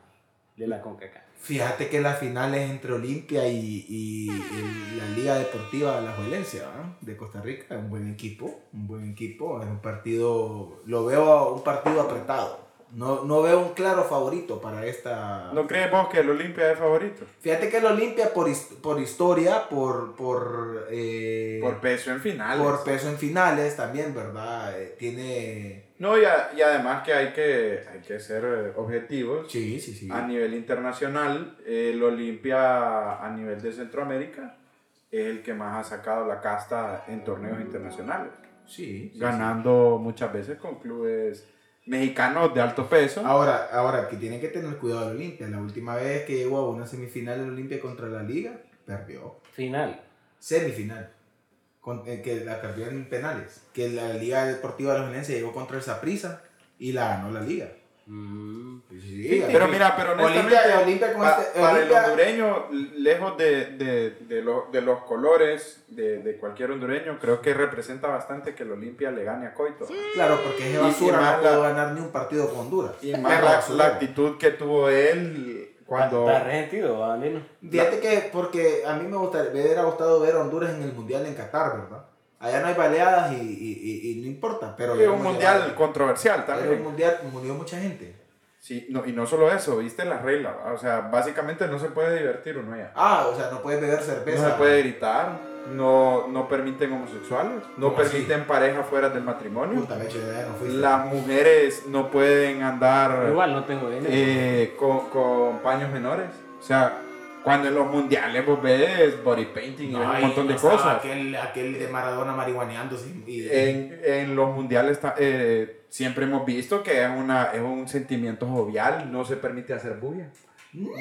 Speaker 1: de la CONCACAF?
Speaker 2: Fíjate que la final es entre Olimpia y, y- y la Liga Deportiva La Juelencia ¿ah? de Costa Rica. Un buen equipo, un buen equipo. Es un partido, lo veo un partido apretado. No, no veo un claro favorito para esta.
Speaker 3: ¿No crees vos que el Olimpia es favorito?
Speaker 2: Fíjate que el Olimpia por, his- por historia, por. Por, eh,
Speaker 3: Por peso en finales.
Speaker 2: por peso en finales también, ¿verdad? Eh, tiene.
Speaker 3: No, y, a- y además que hay que, hay que ser eh, objetivos.
Speaker 2: Sí, sí, sí.
Speaker 3: A nivel internacional, el Olimpia a nivel de Centroamérica es el que más ha sacado la casta en torneos internacionales.
Speaker 2: Sí, sí, sí.
Speaker 3: ganando muchas veces con clubes mexicanos de alto peso.
Speaker 2: Ahora, ahora, que tienen que tener cuidado el Olimpia. La última vez que llegó a una semifinal el Olimpia contra la Liga, perdió.
Speaker 1: Final.
Speaker 2: Semifinal. Con- eh, que la perdió en penales. Que la Liga Deportiva de la Juventud llegó contra el Saprissa y la ganó la Liga.
Speaker 1: Mm,
Speaker 2: Sí, sí, sí.
Speaker 3: pero mira, pero honestamente,
Speaker 2: Olimpia, Olimpia con
Speaker 3: Pa-
Speaker 2: este-
Speaker 3: para el
Speaker 2: Olimpia-
Speaker 3: hondureño, lejos de, de- de lo- de los colores de, de cualquier hondureño, creo que representa bastante que el Olimpia le gane a Coito.
Speaker 2: Claro, porque es
Speaker 3: Y- y
Speaker 2: basura,
Speaker 3: más
Speaker 2: no
Speaker 3: la-
Speaker 2: pudo ganar ni un partido con Honduras.
Speaker 3: Y
Speaker 2: Perro
Speaker 3: más la, la
Speaker 2: basurero.
Speaker 3: actitud que tuvo él cuando...
Speaker 1: Está resentido, Andino.
Speaker 2: Fíjate que, porque a mí me, gustaría, me hubiera gustado ver a Honduras en el Mundial en Qatar, ¿verdad? Allá no hay baleadas y, y- y- y no importa. Pero
Speaker 3: Fue un
Speaker 2: llegamos a
Speaker 3: mundial
Speaker 2: llegar.
Speaker 3: controversial
Speaker 2: Era un
Speaker 3: también.
Speaker 2: mundial, murió mucha gente.
Speaker 3: Sí, no, y no solo eso, viste la regla. ¿va? O sea, básicamente no se puede divertir uno ya.
Speaker 2: Ah, o sea, no puedes beber
Speaker 3: No
Speaker 2: cerveza.
Speaker 3: se puede gritar, no, no permiten homosexuales, no
Speaker 2: ¿Cómo así?
Speaker 3: permiten parejas fuera del matrimonio.
Speaker 2: Puta, leche, ya no fuiste.
Speaker 3: Las mujeres no pueden andar...
Speaker 1: Igual no tengo dinero.
Speaker 3: eh, con, con paños menores. O sea, cuando en los mundiales vos ves body painting y ves
Speaker 2: No,
Speaker 3: un
Speaker 2: y
Speaker 3: montón de
Speaker 2: no estaba
Speaker 3: cosas.
Speaker 2: Aquel, aquel de Maradona marihuaneándose. Y,
Speaker 3: En, en los mundiales ta- eh, siempre hemos visto que es, una, es un sentimiento jovial, no se permite hacer bulla.
Speaker 1: No,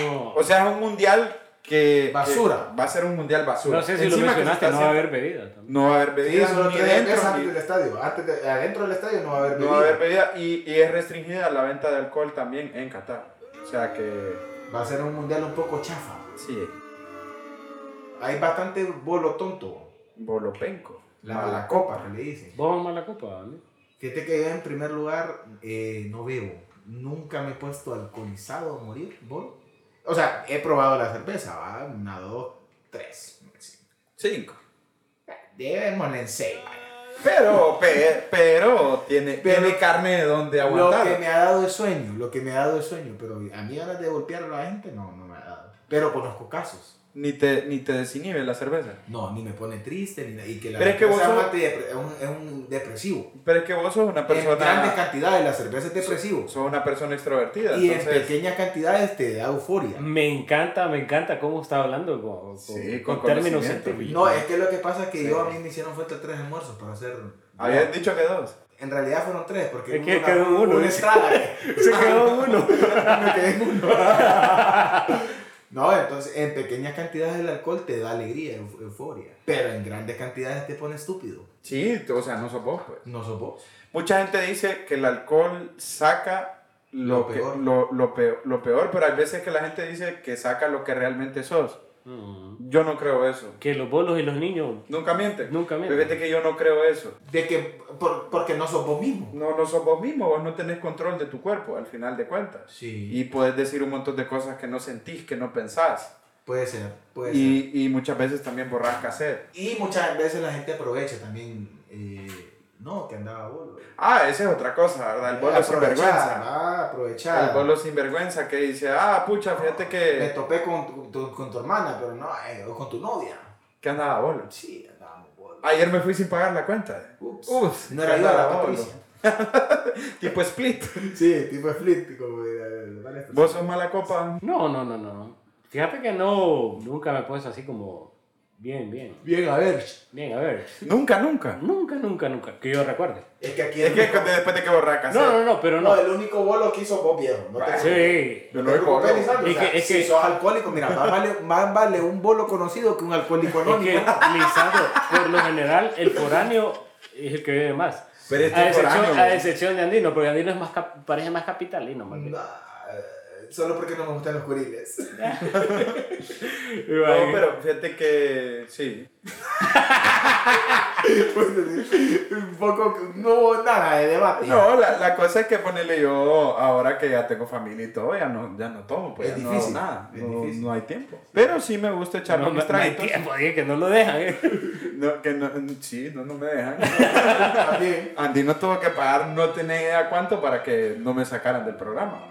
Speaker 1: no.
Speaker 3: O sea, es un mundial que...
Speaker 2: Basura.
Speaker 3: que va a ser un mundial basura.
Speaker 1: No sé si lo
Speaker 3: Encima que se
Speaker 1: mencionaste,
Speaker 3: está
Speaker 1: no va a
Speaker 3: haciendo-
Speaker 1: haber bebida. también.
Speaker 3: No va a haber
Speaker 2: Sí,
Speaker 3: bebidas
Speaker 2: solo
Speaker 3: ni
Speaker 2: tres veces
Speaker 3: dentro,
Speaker 2: antes
Speaker 3: ni-
Speaker 2: del estadio. Antes de- adentro del estadio no va a haber
Speaker 3: no va a haber
Speaker 2: bebida.
Speaker 3: bebida y, y es restringida la venta de alcohol también en Qatar. O sea que
Speaker 2: Va a ser un mundial un poco chafa.
Speaker 3: sí,
Speaker 2: Hay bastante bolo tonto.
Speaker 3: Bolopenco.
Speaker 2: La, la copa que le dicen.
Speaker 1: Vos a la copa, ¿vale?
Speaker 2: Fíjate que yo en primer lugar eh, no bebo. Nunca me he puesto alcoholizado a morir, bol. O sea, he probado la cerveza, va, una, dos, tres.
Speaker 3: Cinco.
Speaker 2: Debemos en seis. vaya.
Speaker 3: Pero, pe- pero, tiene,
Speaker 2: Pero-
Speaker 3: tiene carne donde
Speaker 2: Lo
Speaker 3: aguantar.
Speaker 2: que me ha dado es sueño, lo que me ha dado es sueño, pero a mí ganas de golpear a la gente no, no me ha dado. Pero conozco casos.
Speaker 3: Ni, te, ni te desinhibe la cerveza.
Speaker 2: No, ni me pone triste, ni nada. Y que la
Speaker 3: Pero es que
Speaker 2: cerveza
Speaker 3: vos sos-
Speaker 2: mate depre- es, un, es un depresivo.
Speaker 3: Pero es que vos sos una
Speaker 2: En grandes
Speaker 3: persona.
Speaker 2: cantidades la cerveza es depresivo.
Speaker 3: Sos una persona extrovertida.
Speaker 2: y en
Speaker 3: entonces, Mm.
Speaker 2: pequeñas cantidades te da euforia.
Speaker 1: Me encanta, me encanta cómo está hablando con, con,
Speaker 3: Sí, con
Speaker 1: con términos
Speaker 3: conocimiento. eh,
Speaker 1: científicos.
Speaker 2: No, es que lo que pasa es que yo a mí me hicieron falta tres almuerzos para hacer.
Speaker 3: habías dicho que dos.
Speaker 2: En realidad fueron tres, porque
Speaker 1: Es que quedó uno,
Speaker 2: una
Speaker 1: dice.
Speaker 2: estrada.
Speaker 1: Se quedó uno.
Speaker 2: me quedé en uno. No, entonces en pequeñas cantidades el alcohol te da alegría, euf- euforia. Pero en grandes cantidades te pone estúpido.
Speaker 3: Sí, o sea, no sos vos, pues.
Speaker 2: No sos vos.
Speaker 3: Mucha gente dice que el alcohol saca lo,
Speaker 2: Lo
Speaker 3: que-
Speaker 2: peor.
Speaker 3: lo- lo peor, lo peor, pero hay veces que la gente dice que saca lo que realmente sos.
Speaker 1: Mm.
Speaker 3: Yo no creo eso.
Speaker 1: Que los bolos y los niños.
Speaker 3: Nunca mientes.
Speaker 1: Nunca mienten.
Speaker 3: Fíjate que yo no creo eso.
Speaker 2: De que, por- porque no sos vos mismo.
Speaker 3: No, no sos vos mismo, vos no tenés control de tu cuerpo al final de cuentas.
Speaker 2: Sí.
Speaker 3: Y podés decir un montón de cosas que no sentís, que no pensás.
Speaker 2: Puede ser, puede ser.
Speaker 3: Y, y muchas veces también borrás cassette.
Speaker 2: Y muchas veces la gente aprovecha también. eh, no, que andaba bolo.
Speaker 3: Ah, esa es otra cosa,
Speaker 2: Eh,
Speaker 3: ¿verdad? El bolo sin vergüenza.
Speaker 2: Ah, aprovechar.
Speaker 3: El bolo sin vergüenza que dice, ah, pucha, fíjate
Speaker 2: Me
Speaker 3: que,
Speaker 2: topé con tu, tu- con tu hermana, pero no, eh, o con tu novia.
Speaker 3: que andaba bolo.
Speaker 2: Sí, andábamos bolo.
Speaker 3: Ayer me fui sin pagar la cuenta.
Speaker 2: Ups.
Speaker 3: Ups.
Speaker 2: no era yo, era
Speaker 3: Andaba bolo.
Speaker 2: Patricia.
Speaker 3: Tipo split.
Speaker 2: Sí, tipo de flip, como de- de- de- vale, esto.
Speaker 3: Vos sos mala copa.
Speaker 1: No, no, no, no. Fíjate que no, nunca me he puesto así como bien, bien.
Speaker 2: Bien, a ver.
Speaker 1: Bien, a ver.
Speaker 3: Nunca, nunca.
Speaker 1: Nunca, nunca, nunca. Que yo recuerde.
Speaker 2: Es que aquí
Speaker 3: Es
Speaker 2: el
Speaker 3: que
Speaker 2: único-
Speaker 3: después de que eh. borrás
Speaker 1: No,
Speaker 3: cassette.
Speaker 1: no, no, pero
Speaker 2: no,
Speaker 1: no.
Speaker 2: el único bolo que hizo vos viejo. No te,
Speaker 1: Sí.
Speaker 2: no
Speaker 3: Yo
Speaker 2: te
Speaker 3: no he
Speaker 2: preocupes,
Speaker 3: bolo.
Speaker 2: Lisandro,
Speaker 1: Es
Speaker 2: o sea,
Speaker 1: que- es
Speaker 2: si
Speaker 1: que-
Speaker 2: sos alcohólico, mira, más vale, más vale un bolo conocido que un alcohólico
Speaker 1: Es que,
Speaker 2: anónimo.
Speaker 1: Lisandro, por lo general, el foráneo es el que bebe más.
Speaker 3: Pero este
Speaker 1: a,
Speaker 3: es foráneo,
Speaker 1: excepción, a
Speaker 3: güey.
Speaker 1: excepción de Andino, porque Andino es más cap- parece más capitalino. Más bien.
Speaker 2: No, eh, solo porque no me gustan los curiles.
Speaker 3: No, pero fíjate que sí.
Speaker 2: un poco, no hubo nada de debate.
Speaker 3: No, la, la cosa es que ponerle yo, ahora que ya tengo familia y todo, ya no, ya no tomo, pues
Speaker 2: Es
Speaker 3: ya
Speaker 2: difícil,
Speaker 3: no hago nada,
Speaker 2: es
Speaker 3: no,
Speaker 2: difícil.
Speaker 3: no hay tiempo. Pero sí me gusta echarme
Speaker 1: No,
Speaker 3: mis
Speaker 1: no, no hay
Speaker 3: traguitos.
Speaker 1: tiempo, dije que no lo dejan. eh.
Speaker 3: No, que no, sí, no, no me dejan.
Speaker 2: También.
Speaker 3: Andino tuvo que pagar no tenía idea cuánto para que no me sacaran del programa.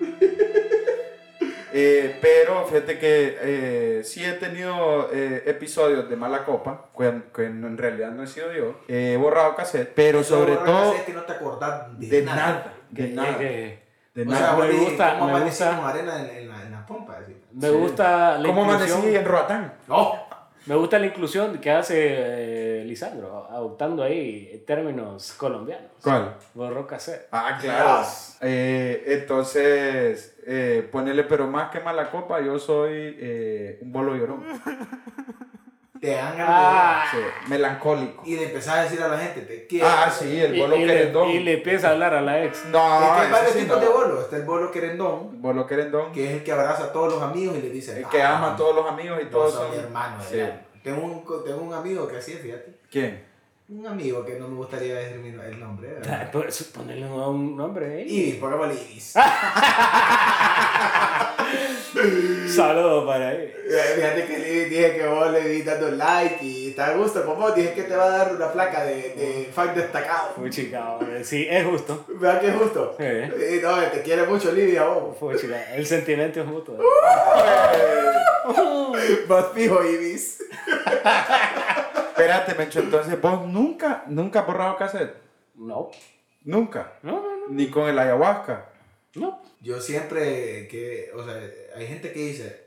Speaker 3: Eh, pero fíjate que eh, sí he tenido eh, episodios de mala copa, que, que en realidad no he sido yo. He borrado cassette, pero sobre
Speaker 2: Lo
Speaker 3: todo
Speaker 2: raro Es que no te acordás de,
Speaker 3: de
Speaker 2: nada.
Speaker 3: nada, de
Speaker 1: Es
Speaker 3: nada.
Speaker 1: que
Speaker 3: de
Speaker 2: O
Speaker 3: nada.
Speaker 2: sea,
Speaker 1: me
Speaker 2: me
Speaker 1: gusta,
Speaker 2: gusta, ¿cómo
Speaker 1: me
Speaker 2: amanecí
Speaker 1: gusta.
Speaker 2: con arena en, en la, en la pompa? Decir?
Speaker 1: Me
Speaker 3: Sí.
Speaker 1: gusta la
Speaker 3: ¿Cómo
Speaker 1: inclusión.
Speaker 3: amanecí en Roatán?
Speaker 2: No,
Speaker 1: Me gusta la inclusión que hace eh, Lisandro, adoptando ahí términos colombianos.
Speaker 3: ¿Cuál?
Speaker 1: Borró cassette.
Speaker 3: Ah, claro. Eh, entonces, eh, ponele, pero más que mala copa, yo soy eh, un bolo llorón.
Speaker 2: te dan ganas
Speaker 1: Ah,
Speaker 3: Sí, melancólico.
Speaker 2: de- y de empezar a decir a la gente, te quiero.
Speaker 3: Ah, sí, el
Speaker 1: y,
Speaker 3: bolo
Speaker 1: y le,
Speaker 3: querendón.
Speaker 1: y le empieza a hablar a la ex.
Speaker 3: No,
Speaker 2: es que hay
Speaker 3: ese
Speaker 2: varios
Speaker 3: sí
Speaker 2: tipos
Speaker 3: no.
Speaker 2: de bolo. Está el bolo querendón,
Speaker 3: Bolo querendón,
Speaker 2: que es el que abraza a todos los amigos y les dice.
Speaker 3: el que
Speaker 2: "Ah,
Speaker 3: ama a todos los amigos y
Speaker 2: vos
Speaker 3: todos
Speaker 2: sos
Speaker 3: son...
Speaker 2: mi hermano.
Speaker 3: Sí.
Speaker 2: ¿verdad? Tengo, un, co- tengo un amigo que así es, fíjate.
Speaker 3: ¿Quién?
Speaker 2: Un amigo que no me gustaría decir mi no- el nombre. ¿verdad?
Speaker 1: Ah, Pues ponerle un- un nombre eh. ahí.
Speaker 2: Iris, pongámosle Iris.
Speaker 1: Saludos para él.
Speaker 2: Eh, Fíjate que le dije que vos le di dando like y está a gusto, papá. Dije que te va a dar una placa de, de fan destacado.
Speaker 1: Fue chica, hombre. sí, es justo.
Speaker 2: Vea que es justo.
Speaker 1: Eh.
Speaker 2: Eh, No, te quiere mucho Lidia, vos.
Speaker 1: Fue chica, el sentimiento es mutuo. eh.
Speaker 3: Uh.
Speaker 2: Más fijo, Ibis.
Speaker 3: Espérate, Mencho, entonces vos nunca, nunca has borrado cassette.
Speaker 1: No,
Speaker 3: Nunca.
Speaker 1: no, no, no.
Speaker 3: Ni con el ayahuasca.
Speaker 1: no.
Speaker 2: Yo siempre que, o sea, hay gente que dice,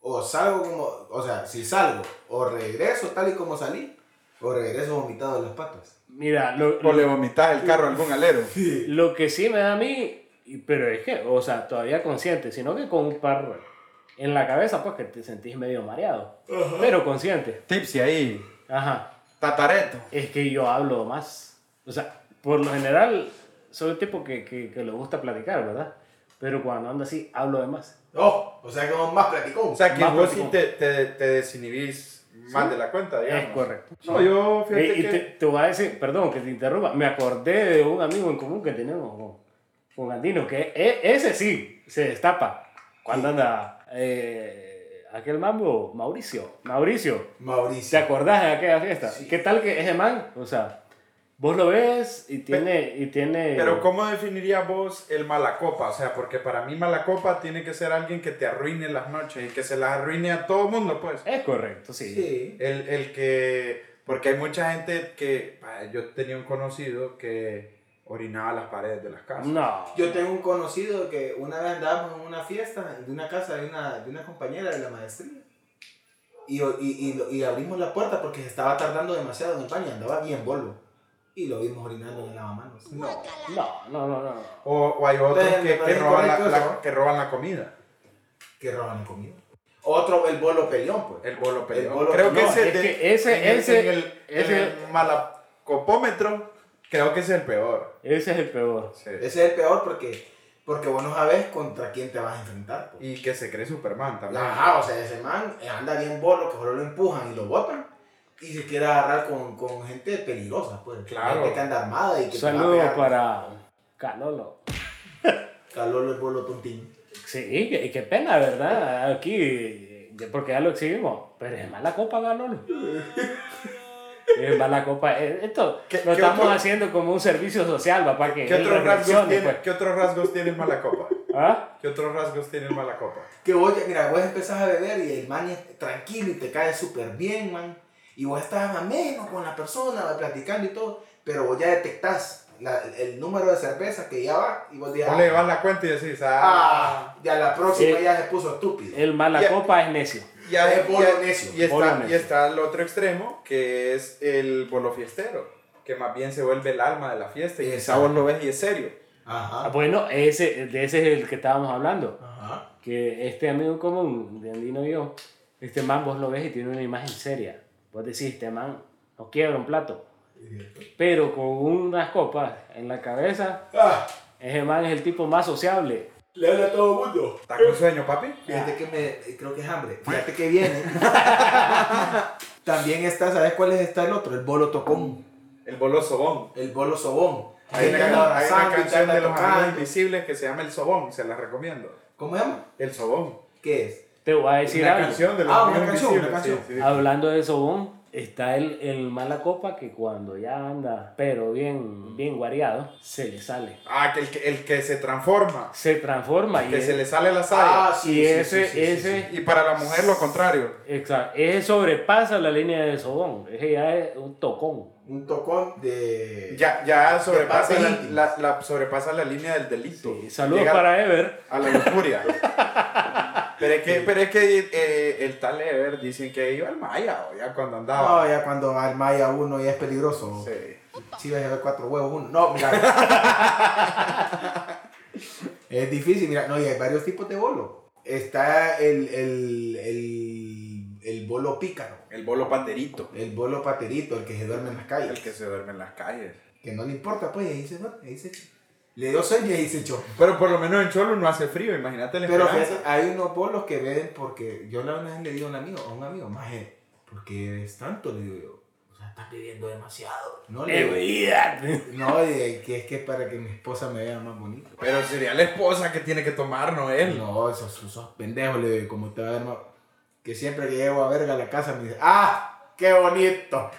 Speaker 2: o salgo como, o sea, si salgo, o regreso tal y como salí, o regreso vomitado de las patas.
Speaker 1: Mira, lo,
Speaker 3: O
Speaker 1: lo,
Speaker 3: le vomitas el carro a algún alero.
Speaker 1: lo que sí me da a mí, y- pero es que, o sea, todavía consciente, sino que con un par en la cabeza, pues que te sentís medio mareado, pero consciente.
Speaker 5: Tipsy ahí,
Speaker 1: Ajá.
Speaker 5: tatareto.
Speaker 1: Es que yo hablo más. O sea, por lo general, soy el tipo que, que, que le gusta platicar, ¿verdad? Pero cuando ando así, hablo de más.
Speaker 2: Oh, o sea que vos más platicón.
Speaker 3: O sea, que
Speaker 1: Más
Speaker 3: vos sí
Speaker 1: práctico.
Speaker 3: te, te, te desinhibís más de la cuenta, digamos.
Speaker 1: Es correcto.
Speaker 3: No, yo
Speaker 1: Y,
Speaker 3: fíjate
Speaker 1: y
Speaker 3: que...
Speaker 1: te, te voy a decir, perdón que te interrumpa, me acordé de un amigo en común que tenemos con, con Andino, que e- ese sí se destapa cuando anda eh, aquel mambo, Mauricio. Mauricio, ¿te
Speaker 2: Mauricio.
Speaker 1: acordás de aquella fiesta?
Speaker 2: Sí.
Speaker 1: ¿Qué tal que ese man? O sea, vos lo ves y tiene... Y tiene
Speaker 3: Pero ¿cómo definirías vos el malacopa? O sea, porque para mí malacopa tiene que ser alguien que te arruine las noches y que se las arruine a todo mundo, pues.
Speaker 1: es correcto, sí.
Speaker 2: Sí.
Speaker 3: El, el que... Porque hay mucha gente que... ah, Yo tenía un conocido que orinaba las paredes de las casas.
Speaker 1: No.
Speaker 2: Yo tengo un conocido que una vez andábamos en una fiesta de una casa de una, de una compañera de la maestría. Y, o- y, y lo- y abrimos la puerta porque se estaba tardando demasiado en el baño, andaba bien bolo. Y lo vimos orinando en el lavamanos.
Speaker 3: No.
Speaker 1: No, no, no, no.
Speaker 3: O, o hay otros
Speaker 2: Entonces, me
Speaker 3: que, que
Speaker 2: parece
Speaker 3: roban la,
Speaker 2: correcto
Speaker 3: la-
Speaker 2: eso.
Speaker 3: que roban la comida.
Speaker 2: Que roban la comida. Otro, el bolo peleón, pues.
Speaker 3: El bolo peleón.
Speaker 2: bolo-
Speaker 3: creo que
Speaker 1: no,
Speaker 3: ese,
Speaker 1: es
Speaker 3: de-
Speaker 1: que ese-
Speaker 3: en el-
Speaker 1: ese-
Speaker 3: en el,
Speaker 1: ese-
Speaker 3: en el malacopómetro, creo que ese es el peor.
Speaker 1: Ese es el peor.
Speaker 3: Sí.
Speaker 2: Ese es el peor porque, porque vos no sabés contra quién te vas a enfrentar. pues.
Speaker 3: Y que se cree Superman también.
Speaker 2: Ajá, o sea, ese man eh, anda bien bolo, que solo lo empujan y lo botan. Y se quiere agarrar con, con gente peligrosa, pues.
Speaker 3: Claro.
Speaker 2: Gente que anda armada y que te va a
Speaker 1: Saludos
Speaker 2: pegar.
Speaker 1: para Calolo.
Speaker 2: Calor el bolo tontín.
Speaker 1: Sí, qué, qué pena, ¿verdad? Aquí, eh, porque ya lo exhibimos. Pero es mala copa, Calolo. Es mala copa. Eh, Esto
Speaker 3: ¿Qué-
Speaker 1: lo
Speaker 3: qué
Speaker 1: estamos
Speaker 3: otro-
Speaker 1: haciendo como un servicio social, va, para que
Speaker 3: ¿Qué,
Speaker 1: él
Speaker 3: otros rasgos
Speaker 1: reflexione,
Speaker 3: tiene,
Speaker 1: pues.
Speaker 3: ¿Qué otros rasgos tiene el malacopa?
Speaker 1: ¿Ah?
Speaker 3: ¿Qué otros rasgos tiene el malacopa?
Speaker 2: Que vos, mira, vos empezás a beber y el man es tranquilo y te cae súper bien, man. Y vos estás ameno con la persona, platicando y todo. Pero vos ya detectás la- el número de cerveza que ya va y vos dices,
Speaker 3: Vos le llevas la cuenta y decís, ah,
Speaker 2: ah, ya la próxima
Speaker 1: Sí. Eh,
Speaker 2: ya se puso estúpido.
Speaker 1: El mala
Speaker 3: Ya.
Speaker 1: copa es necio.
Speaker 3: ya,
Speaker 2: Es bolo
Speaker 3: ya-
Speaker 2: necio,
Speaker 3: y,
Speaker 1: bolo
Speaker 3: está, y
Speaker 1: necio.
Speaker 3: está el otro extremo, que es el bolo fiestero, que más bien se vuelve el alma de la fiesta y el
Speaker 2: Exacto.
Speaker 3: sabor lo ves y es serio.
Speaker 1: Ah,
Speaker 2: Ajá.
Speaker 1: Bueno, ese, de ese es el que estábamos hablando.
Speaker 2: Ajá.
Speaker 1: que este amigo en común de Andino y yo, este man vos lo ves y tiene una imagen seria. Vos decís, este man no quiebra un plato. Pero con unas copas en la cabeza,
Speaker 2: Ah,
Speaker 1: ese man es el tipo más sociable.
Speaker 2: le habla a todo el mundo.
Speaker 3: ¿Está con sueño, papi?
Speaker 2: Fíjate que me, creo que es hambre. Fíjate que viene. También está, ¿sabes cuál es? Está el otro, el bolo tocón,
Speaker 3: El bolo sobón.
Speaker 2: el bolo sobón.
Speaker 3: Hay
Speaker 2: Gente anda
Speaker 3: una, hay una
Speaker 2: abrazando y
Speaker 3: canción
Speaker 2: anda
Speaker 3: de los
Speaker 2: tocando.
Speaker 3: amigos invisibles que se llama El Sobón, se la recomiendo.
Speaker 2: ¿Cómo se llama?
Speaker 3: El Sobón.
Speaker 2: ¿Qué es?
Speaker 1: Te voy a
Speaker 3: Es
Speaker 1: decir
Speaker 3: una
Speaker 1: algo.
Speaker 3: canción de los
Speaker 2: Ah,
Speaker 3: amigos
Speaker 2: una canción, una
Speaker 3: invisibles.
Speaker 2: canción.
Speaker 3: sí, sí.
Speaker 1: Hablando de Sobón, está el, el mala copa que cuando ya anda, pero bien, bien guareado, se le sale.
Speaker 3: Ah, que el, que el que se transforma,
Speaker 1: Se transforma y,
Speaker 3: que se
Speaker 1: es,
Speaker 3: le sale la
Speaker 2: Ah,
Speaker 3: saya.
Speaker 1: y ese, ese,
Speaker 3: y para la mujer lo contrario.
Speaker 1: exacto, ese sobrepasa la línea de Sobón. Ese ya es un tocón.
Speaker 2: Un tocón de.
Speaker 3: Ya, ya sobrepasa,
Speaker 2: partes
Speaker 3: la,
Speaker 2: íntimas.
Speaker 3: la- la- sobrepasa la línea del delito.
Speaker 1: Sí, Saludos
Speaker 3: Llega
Speaker 1: para Ever.
Speaker 3: A la lujuria. pero es que, pero es que eh, el tal Ever dicen que iba al Maya, o ya cuando andaba.
Speaker 2: No, Ah, ya cuando al Maya uno ya es peligroso. Sí,
Speaker 3: Sí.
Speaker 2: vas a ver cuatro huevos uno. No, mira. es difícil, mira. No, y hay varios tipos de bolo. Está el, el, el, el bolo pícaro,
Speaker 3: El bolo panderito.
Speaker 2: el bolo paterito, el que se duerme en las calles.
Speaker 3: El que se duerme en las calles.
Speaker 2: que no le importa, pues, y ahí se va, ahí se Le dio sueño y ahí se echó.
Speaker 3: Pero por lo menos en Cholo no hace frío, imagínate la
Speaker 2: Pero
Speaker 3: esperanza.
Speaker 2: fíjate, hay unos bolos que venden porque yo la una vez le digo a un amigo, a un amigo, más porque es tanto, le digo yo. O sea, estás bebiendo demasiado. No,
Speaker 3: Eh,
Speaker 2: le digo, no, de que es que es para que mi esposa me vea más bonito.
Speaker 3: Pero sería la esposa que tiene que tomar, no él.
Speaker 2: No, esos, esos pendejos, le digo, como te va a ver más. Que siempre que llego a verga a la casa me dice, ¡ah! ¡Qué bonito!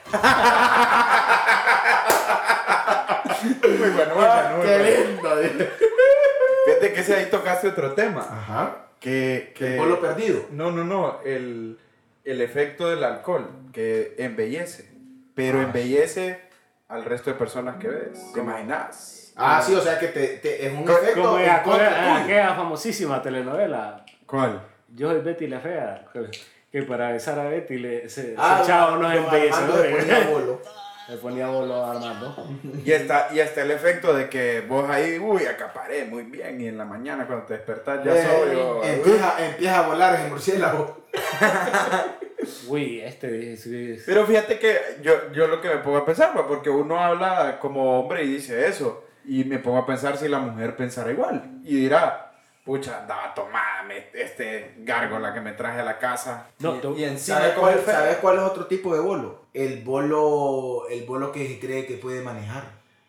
Speaker 3: Muy bueno, muy bueno,
Speaker 2: ¡Ah,
Speaker 3: muy
Speaker 2: ¡Qué
Speaker 3: bueno.
Speaker 2: lindo! dice.
Speaker 3: Fíjate que ese ahí tocaste otro tema.
Speaker 2: Ajá.
Speaker 3: Que, que-
Speaker 2: El bolo perdido.
Speaker 3: No, no, no. El, el efecto del alcohol que embellece. Pero
Speaker 2: Ah.
Speaker 3: embellece al resto de personas que ves. ¿Te imaginas?
Speaker 2: Ah, sí, o sea que te, te- es un
Speaker 3: Co-
Speaker 2: efecto
Speaker 1: Como en
Speaker 2: en contra
Speaker 1: aquella,
Speaker 2: tuyo.
Speaker 1: aquella famosísima telenovela,
Speaker 3: ¿Cuál?
Speaker 1: Yo soy Betty la Fea, que- que para besar a Betty le, se, se
Speaker 2: Ah,
Speaker 1: echaba unos
Speaker 2: don Armando le
Speaker 1: embellecedores.
Speaker 2: ponía bolo.
Speaker 6: Le ponía bolo a Armando.
Speaker 3: Y está, y está el efecto de que vos ahí, uy, acaparé muy bien. Y en la mañana cuando te despertás ya oh,
Speaker 2: Eh,
Speaker 3: sobrio.
Speaker 2: empieza, empieza a volar el murciélago.
Speaker 1: Uy, este es- es-
Speaker 3: Pero fíjate que yo, yo lo que me pongo a pensar, pues, porque uno habla como hombre y dice eso. Y me pongo a pensar si la mujer pensará igual. Y dirá, pucha, andaba tomada me- este gárgola que me traje a la casa.
Speaker 1: No, tú-
Speaker 3: y, y encima
Speaker 2: ¿Sabes
Speaker 3: como
Speaker 2: cuál,
Speaker 3: el fe-
Speaker 2: sabes cuál es otro tipo de bolo? El bolo, el bolo que se cree que puede manejar.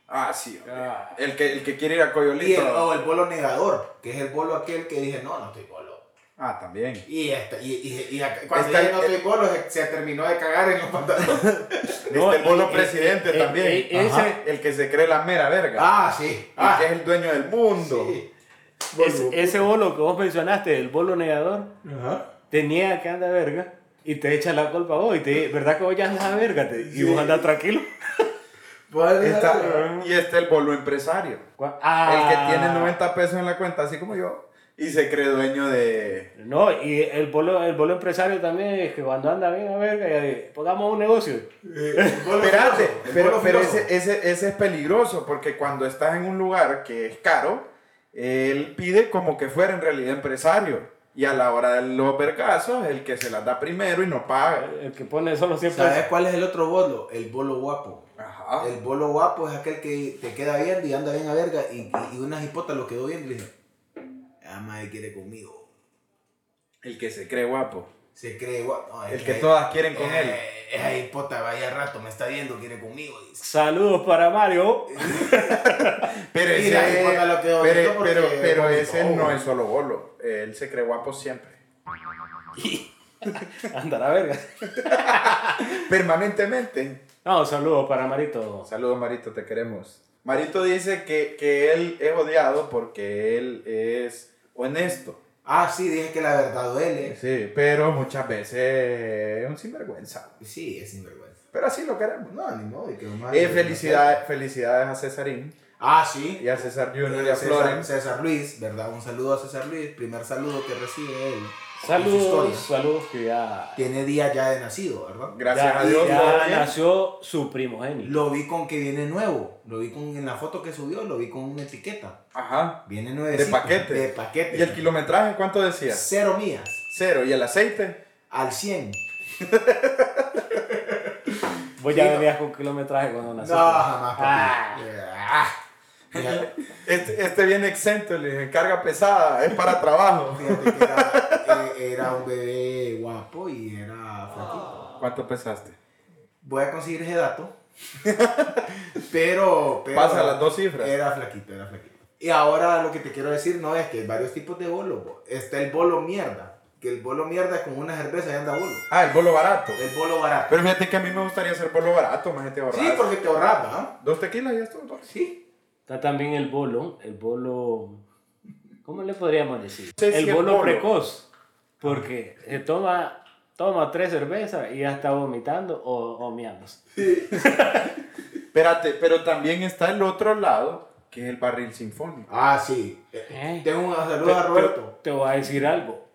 Speaker 3: Ah, sí. hombre.
Speaker 1: Ah.
Speaker 3: El, que, el que quiere ir a Coyolito.
Speaker 2: Y el, o el bolo negador, que es el bolo aquel que dije, no, no estoy bolo.
Speaker 3: Ah, también.
Speaker 2: Y, esta- y, y, y acá- cuando
Speaker 3: Está-
Speaker 2: dije, no estoy bolo, se, se terminó de cagar en los pantalones.
Speaker 1: No,
Speaker 3: Está Este, el bolo
Speaker 1: y-
Speaker 3: presidente
Speaker 1: y- y-
Speaker 3: también.
Speaker 1: y- ese-
Speaker 3: Ajá. el que se cree la mera verga.
Speaker 2: ah, sí.
Speaker 3: El
Speaker 2: Ah,
Speaker 3: que es el dueño del mundo.
Speaker 2: sí.
Speaker 1: es- ese bolo que vos mencionaste, el bolo negador,
Speaker 2: Ajá.
Speaker 1: tenía que andar verga y te echa la culpa a vos. Y te dice, ¿verdad que vos ya andás verga? Te- y vos andás tranquilo.
Speaker 2: Bueno, Eh,
Speaker 3: Está- y está el bolo empresario.
Speaker 1: Gua-
Speaker 3: El que
Speaker 1: Ah.
Speaker 3: tiene 90 pesos en la cuenta, así como yo. Y se cree dueño de...
Speaker 1: No, y el bolo, el bolo empresario también es que cuando anda bien a verga, ya dice, pongamos un negocio.
Speaker 2: eh, el bolo
Speaker 3: Espérate,
Speaker 2: filoso, el
Speaker 3: pero,
Speaker 2: bolo
Speaker 3: pero
Speaker 2: filoso.
Speaker 3: ese, ese, ese es peligroso porque cuando estás en un lugar que es caro, él pide como que fuera en realidad empresario. Y a la hora de los vergazos, el que se las da primero y no paga.
Speaker 1: El que pone solo 100
Speaker 2: ¿Sabes
Speaker 1: pesos.
Speaker 2: cuál es el otro bolo? El bolo guapo.
Speaker 3: Ajá.
Speaker 2: El bolo guapo es aquel que te queda viendo y anda bien a verga. Y, y, y una hipota lo quedó viendo y le dijo: Ah, madre, quiere conmigo.
Speaker 3: El que se cree guapo.
Speaker 2: Se cree guapo. No,
Speaker 3: El
Speaker 2: es
Speaker 3: que todas quieren con
Speaker 2: eh,
Speaker 3: él.
Speaker 2: Esa hipota, vaya rato, me está viendo, quiere conmigo. dice.
Speaker 1: Saludos para Mario.
Speaker 3: Pero ese,
Speaker 2: Mira, y ponga lo que
Speaker 3: pero,
Speaker 2: bonito porque
Speaker 3: pero,
Speaker 2: es
Speaker 3: pero
Speaker 2: bonito.
Speaker 3: ese no es solo bolo. Él se cree guapo siempre.
Speaker 1: Andará verga.
Speaker 3: Permanentemente.
Speaker 1: No, saludos para Marito.
Speaker 3: Saludos, Marito, te queremos. Marito dice que, que él es odiado porque él es honesto.
Speaker 2: Ah, sí, dije que la verdad duele.
Speaker 3: Sí, pero muchas veces es un sinvergüenza.
Speaker 2: Sí, es sinvergüenza.
Speaker 3: Pero así lo queremos.
Speaker 2: No, ni modo, y quedó mal.
Speaker 3: Eh, felicidades, felicidades a Cesarín
Speaker 2: Ah, sí.
Speaker 3: y a César Junior y a
Speaker 2: César,
Speaker 3: Florence.
Speaker 2: César Luis, ¿verdad? Un saludo a César Luis, primer saludo que recibe él.
Speaker 1: Saludos,
Speaker 2: historia.
Speaker 1: saludos que ya,
Speaker 2: Tiene días ya de nacido, ¿verdad?
Speaker 3: Gracias
Speaker 1: ya-
Speaker 3: a Dios.
Speaker 1: ya
Speaker 3: todo bien.
Speaker 1: nació su primogénito.
Speaker 2: Lo vi con que viene nuevo. Lo vi con en la foto que subió, lo vi con una etiqueta.
Speaker 3: Ajá.
Speaker 2: Viene nuevecito.
Speaker 3: De paquete.
Speaker 2: De paquete.
Speaker 3: ¿Y el kilometraje cuánto decía?
Speaker 2: Cero millas.
Speaker 3: Cero. ¿Y el aceite?
Speaker 2: Al 100.
Speaker 1: Vos ya venías con kilometraje cuando naciste.
Speaker 2: jamás. papi.
Speaker 1: Ah.
Speaker 2: Ah. Mira,
Speaker 3: Este, este viene exento, le dije, carga pesada, es para trabajo.
Speaker 2: Fíjate que era, eh, era un bebé guapo y era flaquito.
Speaker 3: ¿Cuánto pesaste?
Speaker 2: Voy a conseguir ese dato. pero, pero.
Speaker 3: Pasa las dos cifras.
Speaker 2: Era flaquito, era flaquito. Y ahora lo que te quiero decir no es que hay varios tipos de bolo. bo. Está el bolo mierda. Que el bolo mierda es como una cerveza y anda bolo.
Speaker 3: Ah, el bolo barato.
Speaker 2: El bolo barato.
Speaker 3: Pero fíjate que a mí me gustaría hacer bolo barato, más gente ahorrar.
Speaker 2: Sí, porque te ahorras, ¿ah? ¿verdad?
Speaker 3: Dos tequilas y esto. ¿no?
Speaker 2: Sí.
Speaker 1: Está también el bolo, el bolo, ¿cómo le podríamos decir?
Speaker 3: Sí, sí,
Speaker 1: el
Speaker 3: el
Speaker 1: bolo,
Speaker 3: bolo.
Speaker 1: precoz, porque se toma, toma tres cervezas y ya está vomitando o, o meándose.
Speaker 3: Espérate, pero también está el otro lado, que es el barril sinfónico.
Speaker 2: Ah, sí. Eh,
Speaker 1: Eh.
Speaker 2: Tengo un saludo
Speaker 1: Te- te-
Speaker 2: a Roberto.
Speaker 1: Te, voy a decir algo.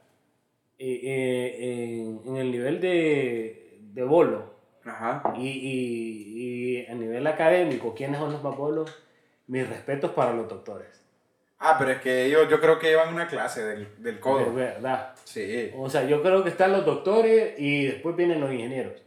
Speaker 1: Eh, eh, en, en el nivel de, de bolo
Speaker 3: Ajá.
Speaker 1: y, y- y a nivel académico, ¿quiénes son los más bolos? Mis respetos para los doctores.
Speaker 3: Ah, pero es que ellos yo creo que llevan una clase del, del
Speaker 1: De
Speaker 3: codo.
Speaker 1: verdad.
Speaker 3: Sí.
Speaker 1: O sea, yo creo que están los doctores y después vienen los ingenieros.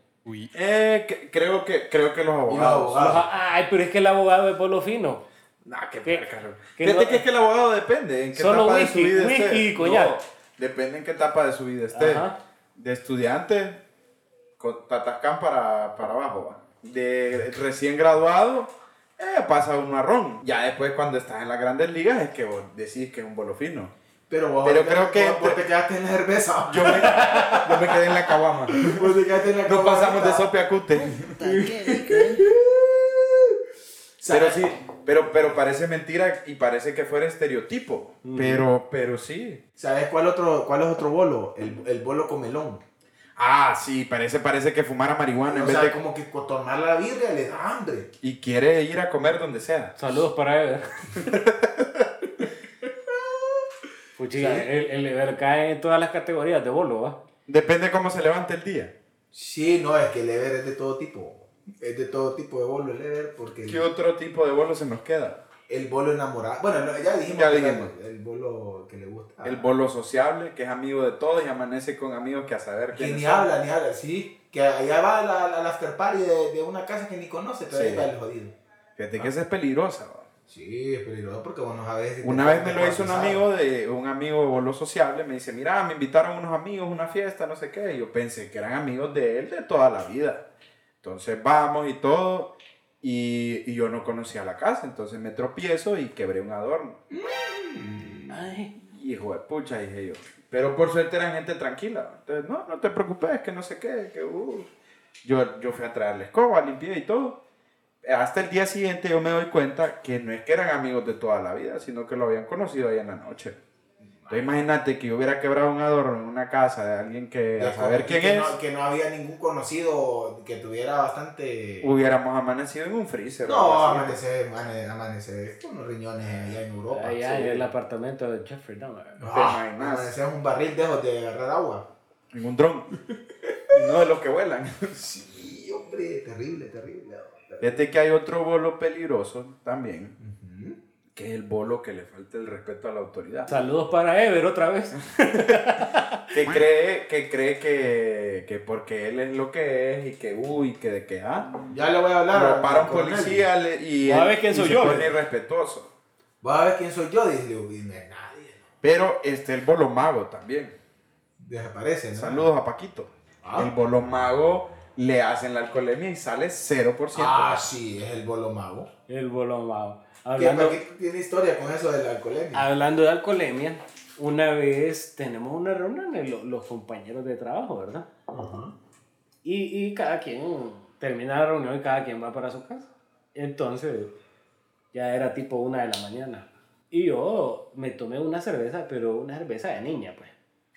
Speaker 3: Eh, que- creo, que, creo que los
Speaker 2: Y los
Speaker 3: abogados.
Speaker 2: abogados.
Speaker 1: Ajá, ay, pero es que el abogado de Polo Fino.
Speaker 3: Nah, qué
Speaker 1: Que-
Speaker 3: perca, Raúl.
Speaker 1: que
Speaker 3: Fíjate
Speaker 1: no-
Speaker 3: que es que el abogado depende en qué
Speaker 1: Solo
Speaker 3: etapa de
Speaker 1: whisky,
Speaker 3: su vida
Speaker 1: whisky
Speaker 3: esté.
Speaker 1: y coñac.
Speaker 3: No, depende en qué etapa de su vida esté.
Speaker 1: Ajá.
Speaker 3: De estudiante, con Tatascán para, para abajo. va. De recién graduado, eh, pasa un marrón. Ya después cuando estás en las grandes ligas es que vos decís que es un bolo fino.
Speaker 2: Pero, vos
Speaker 3: Pero
Speaker 2: te-
Speaker 3: creo que-
Speaker 2: vos- vos te quedaste en la cerveza.
Speaker 3: Yo me, yo me quedé en la caguama.
Speaker 2: Vos te quedaste en la
Speaker 3: No pasamos de
Speaker 2: caguamita.
Speaker 3: sope a cute. Pero
Speaker 2: ¿Sabes?
Speaker 3: sí, pero, pero parece mentira y parece que fuera estereotipo. Pero, pero sí.
Speaker 2: ¿Sabes cuál, otro, cuál es otro bolo? El, el bolo comelón.
Speaker 3: Ah, sí, parece, parece que fumara marihuana Ah, en
Speaker 2: o
Speaker 3: vez
Speaker 2: sea,
Speaker 3: de...
Speaker 2: como que co- tomar la birria le da hambre.
Speaker 3: Y quiere ir a comer donde sea.
Speaker 1: Saludos para Ever. Puchiga, el, el Ever cae en todas las categorías de bolo, ¿va?
Speaker 3: Depende cómo se levante el día.
Speaker 2: Sí, no, es que el Ever es de todo tipo. Es de todo tipo de bolo el Ever, porque
Speaker 3: ¿Qué
Speaker 2: el,
Speaker 3: otro tipo de bolo se nos queda?
Speaker 2: el bolo enamorado. Bueno, no, ya dijimos,
Speaker 3: Ya
Speaker 2: que era
Speaker 3: dijimos.
Speaker 2: El, el bolo que le gusta.
Speaker 3: El bolo sociable, que es amigo de todos y amanece con amigos que a saber
Speaker 2: Que
Speaker 3: quiénes
Speaker 2: ni
Speaker 3: son.
Speaker 2: habla, ni habla, sí. Que allá va al la, la after party de, de una casa que ni conoce, pero
Speaker 3: Sí.
Speaker 2: ahí va el jodido.
Speaker 3: Fíjate que esa es peligrosa. va.
Speaker 2: Sí, es peligroso porque vos no sabes. si te-
Speaker 3: Una vez
Speaker 2: te
Speaker 3: me lo hizo un
Speaker 2: pasas.
Speaker 3: amigo de un amigo de bolo sociable, me dice, mira, me invitaron unos amigos a una fiesta, no sé qué. Y yo pensé que eran amigos de él de toda la vida. Entonces vamos y todo. Y, y yo no conocía la casa, entonces me tropiezo y quebré un adorno.
Speaker 2: Mm.
Speaker 3: Hijo de pucha, dije yo. Pero por suerte eran gente tranquila. Entonces, no, no te preocupes, que no sé qué, que uh. yo, yo fui a traer la escoba, limpié y todo. Hasta el día siguiente yo me doy cuenta que no es que eran amigos de toda la vida, sino que lo habían conocido ahí en la noche. Entonces imagínate que yo hubiera quebrado un adorno en una casa de alguien que a
Speaker 2: Ya,
Speaker 3: saber
Speaker 2: que
Speaker 3: quién es,
Speaker 2: No, que no había ningún conocido que tuviera bastante.
Speaker 3: hubiéramos amanecido en un freezer. o
Speaker 2: no,
Speaker 3: algo así.
Speaker 2: amanecer, amane- amanecer con unos riñones allá en Europa.
Speaker 1: Allá
Speaker 2: sí.
Speaker 1: en el apartamento de Jeffrey Dahmer.
Speaker 2: Ah,
Speaker 3: imaginas.
Speaker 2: amanecer es un barril de esos de agarrar agua.
Speaker 3: En un dron. no de los que vuelan.
Speaker 2: Sí, hombre, terrible, terrible.
Speaker 3: Fíjate que hay otro bolo peligroso también.
Speaker 2: Ujú.
Speaker 3: que es el bolo que le falta el respeto a la autoridad.
Speaker 1: Saludos para Ever otra vez.
Speaker 3: Que cree que, cree que, que porque él es lo que es y que uy, que de que ah,
Speaker 2: Ya le voy a hablar.
Speaker 3: lo
Speaker 2: al-
Speaker 3: para
Speaker 2: al
Speaker 3: un
Speaker 2: coronel.
Speaker 3: policía le- y,
Speaker 1: ¿Vos
Speaker 3: él-
Speaker 1: sabés Ah, quién
Speaker 3: y
Speaker 1: soy
Speaker 3: se
Speaker 1: yo?
Speaker 3: pone irrespetuoso.
Speaker 2: Vas a ver quién soy yo, dice Leo. Y no es nadie.
Speaker 3: Pero este el bolo mago también.
Speaker 2: Desaparece, ¿no?
Speaker 3: Saludos a Paquito.
Speaker 2: Ah.
Speaker 3: El bolo mago le hacen la alcoholemia y sale 0%.
Speaker 2: Ah, sí, es el bolo mago.
Speaker 1: El bolo amado.
Speaker 2: ¿Qué,
Speaker 1: Hablando,
Speaker 2: ¿Para qué tiene historia con eso del alcoholemia?
Speaker 1: hablando de alcoholemia, una vez tenemos una reunión de lo- los compañeros de trabajo, ¿verdad? Y, y cada quien termina la reunión y cada quien va para su casa. Entonces, ya era tipo una de la mañana. Y yo me tomé una cerveza, pero una cerveza de niña, pues.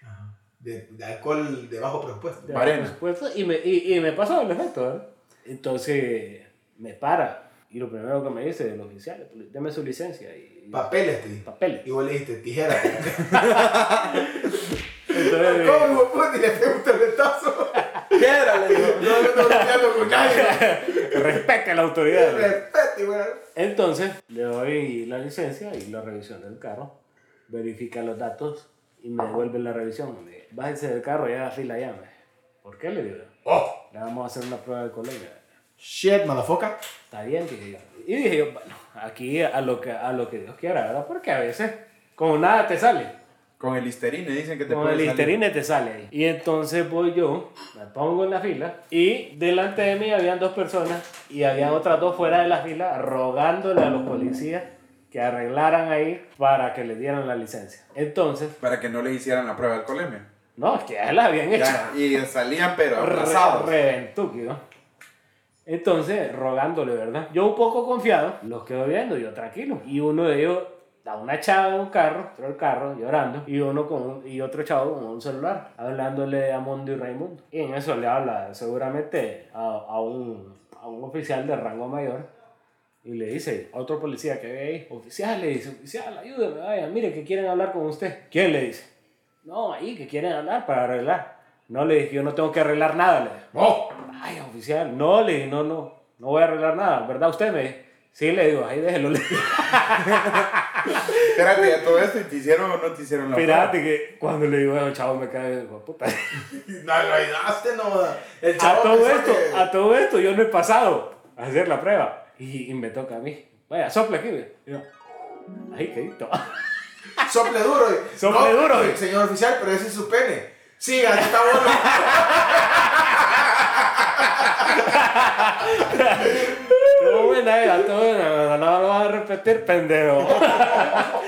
Speaker 2: Ajá. De, de alcohol de bajo presupuesto.
Speaker 1: de
Speaker 3: Varena.
Speaker 1: los puestos, Pues, y, me, y, y me pasó el efecto, ¿verdad? Entonces me para y lo primero que me dice el oficial, "Pues, deme su licencia y
Speaker 2: Papeles, te dije.
Speaker 1: papeles.
Speaker 2: Y vos le dijiste tijera.
Speaker 1: Entonces,
Speaker 2: ¿Cómo lo pones? Y le pregunta el letazo.
Speaker 3: Piedra, le digo.
Speaker 2: No, no, no, no, no, con nadie.
Speaker 1: respeta la
Speaker 2: Te
Speaker 1: autoridad.
Speaker 2: Respete, güey.
Speaker 1: Entonces le doy la licencia y la revisión del carro, verifica los datos y me devuelve la revisión. Me dice, Bájese del carro y haga fila ya. me dice. ¿Por qué le digo?
Speaker 2: Oh,
Speaker 1: Le vamos a hacer una prueba de colega.
Speaker 2: shit, motherfucker.
Speaker 1: Está bien, dije yo. Y dije yo, bueno, aquí a lo que, a lo que Dios quiera, ¿verdad? Porque a veces con nada te sale.
Speaker 3: Con el listerine dicen que te
Speaker 1: Con
Speaker 3: puede
Speaker 1: el
Speaker 3: salir.
Speaker 1: listerine te sale ahí. Y entonces voy yo, me pongo en la fila y delante de mí habían dos personas y habían otras dos fuera de la fila rogándole a los policías que arreglaran ahí para que le dieran la licencia. Entonces,
Speaker 3: Para que no le hicieran la prueba de alcoholemia.
Speaker 1: no, es que ya la habían hecho.
Speaker 3: Ya, y salían pero
Speaker 1: Re-
Speaker 3: abrazados.
Speaker 1: Reventuki, ¿no? Entonces, rogándole, ¿verdad? Yo un poco confiado, los quedo viendo, yo tranquilo. Y uno de ellos da una chava en un carro, otro el carro, llorando. Y uno con un- y otro chavo con un celular, hablándole a Mondo y Raimundo. Y en eso le habla seguramente a, a un, a un oficial de rango mayor. Y le dice, a otro policía que ve ahí, oficial, le dice, oficial, ayúdeme, vaya, mire que quieren hablar con usted. ¿Quién le dice? No, ahí que quieren hablar para arreglar. No le dije, yo no tengo que arreglar nada. Le dije,
Speaker 2: Oh,
Speaker 1: ay, oficial, no, le dije, no, no, no voy a arreglar nada, ¿verdad? Usted me dice, sí, le digo, ahí déjelo. le dije.
Speaker 3: Espérate, a todo esto, ¿y te hicieron o no te hicieron la prueba?
Speaker 1: Espérate que cuando le digo, "Ay, chavo, me cae de puta.
Speaker 2: no lo ayudaste, no. El
Speaker 1: A
Speaker 2: chavo
Speaker 1: todo
Speaker 2: pensó
Speaker 1: esto,
Speaker 2: que-
Speaker 1: a todo esto, yo no he pasado a hacer la prueba. Y, y me toca a mí. Vaya, sopla aquí. ve. Y yo, Ay, querido.
Speaker 2: Sople duro. eh.
Speaker 1: Sople
Speaker 2: No,
Speaker 1: duro, eh.
Speaker 2: Señor oficial, pero ese es su pene. Siga, así está bueno.
Speaker 1: Todo buena era, todo buena. No lo vas a repetir, pendejo.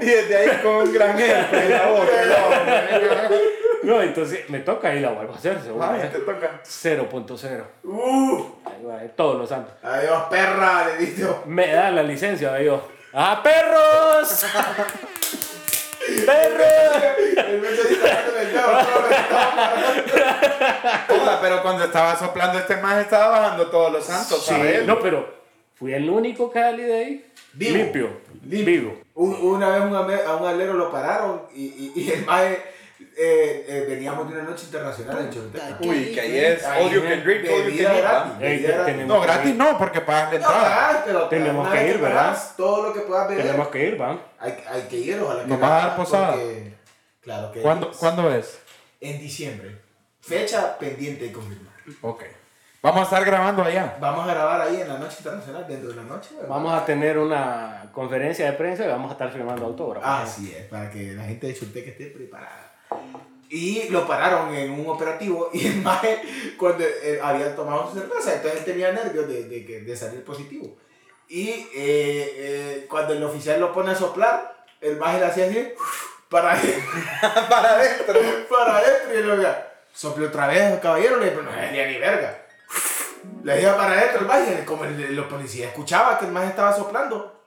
Speaker 3: Y desde ahí con un gran ejemplo en la boca. la boca.
Speaker 1: No, entonces me toca y la vuelvo a hacer, seguro.
Speaker 2: Ah,
Speaker 3: Ay, te toca.
Speaker 1: 0.0.
Speaker 2: Uh,
Speaker 1: Ahí va, de todos los santos.
Speaker 2: adiós, perra, le dije. yo.
Speaker 1: Me dan la licencia, ahí yo. ¡A perros! ¡Perros!
Speaker 2: El bicho sí está dándole el dedo, todo lo estaba-
Speaker 3: Puta, pero cuando estaba soplando este más estaba bajando todos los santos,
Speaker 1: Sí,
Speaker 3: ¿sabes?
Speaker 1: no, pero fui el único Cali de ahí.
Speaker 2: Vivo.
Speaker 1: Limpio.
Speaker 2: Limpio.
Speaker 1: Vivo.
Speaker 2: Un- Una vez un ame- a un alero lo pararon y, y- y el mae eh, eh, veníamos de una noche internacional en Choluteca.
Speaker 6: Puta,
Speaker 4: Uy, que ahí es
Speaker 2: Ahí
Speaker 4: all you
Speaker 1: es
Speaker 4: can drink, all you
Speaker 2: Bebida
Speaker 4: can eat,
Speaker 2: gratis.
Speaker 4: ¿va?
Speaker 1: Ey,
Speaker 2: bebida gratis.
Speaker 1: tenemos
Speaker 4: No, gratis no, porque pagas la
Speaker 2: No,
Speaker 4: entrada.
Speaker 2: ah, pero
Speaker 1: Tenemos
Speaker 2: una
Speaker 1: que
Speaker 2: vez
Speaker 1: ir, ¿verdad?
Speaker 2: pagás Todo lo que puedas beber.
Speaker 1: Tenemos que ir, ¿va?
Speaker 2: Hay, hay que ir, ojalá que
Speaker 4: ¿Nos
Speaker 2: la
Speaker 4: vas a dar
Speaker 2: hagan,
Speaker 4: posada?
Speaker 2: porque- Claro que
Speaker 4: ¿Cuándo,
Speaker 2: es.
Speaker 4: ¿Cuándo es?
Speaker 2: En diciembre. Fecha pendiente de confirmar.
Speaker 4: Ok. Vamos a estar grabando allá.
Speaker 2: Vamos a grabar ahí en la noche internacional, dentro de la noche. ¿verdad?
Speaker 1: Vamos a tener una conferencia de prensa y vamos a estar firmando autógrafos.
Speaker 2: Así Ah, es, para que la gente de Chulteca esté preparada. Y lo pararon en un operativo y el maje, cuando eh, había tomado su cerveza, entonces él tenía nervios de, de que- de salir positivo. Y eh, eh, cuando el oficial lo pone a soplar, el maje le hacía así, para para adentro, para adentro. Y el oiga, sople otra vez, caballero, le dijo, no venía ni verga. Le iba para adentro el maje, como el- los policías escuchaba que el maje estaba soplando.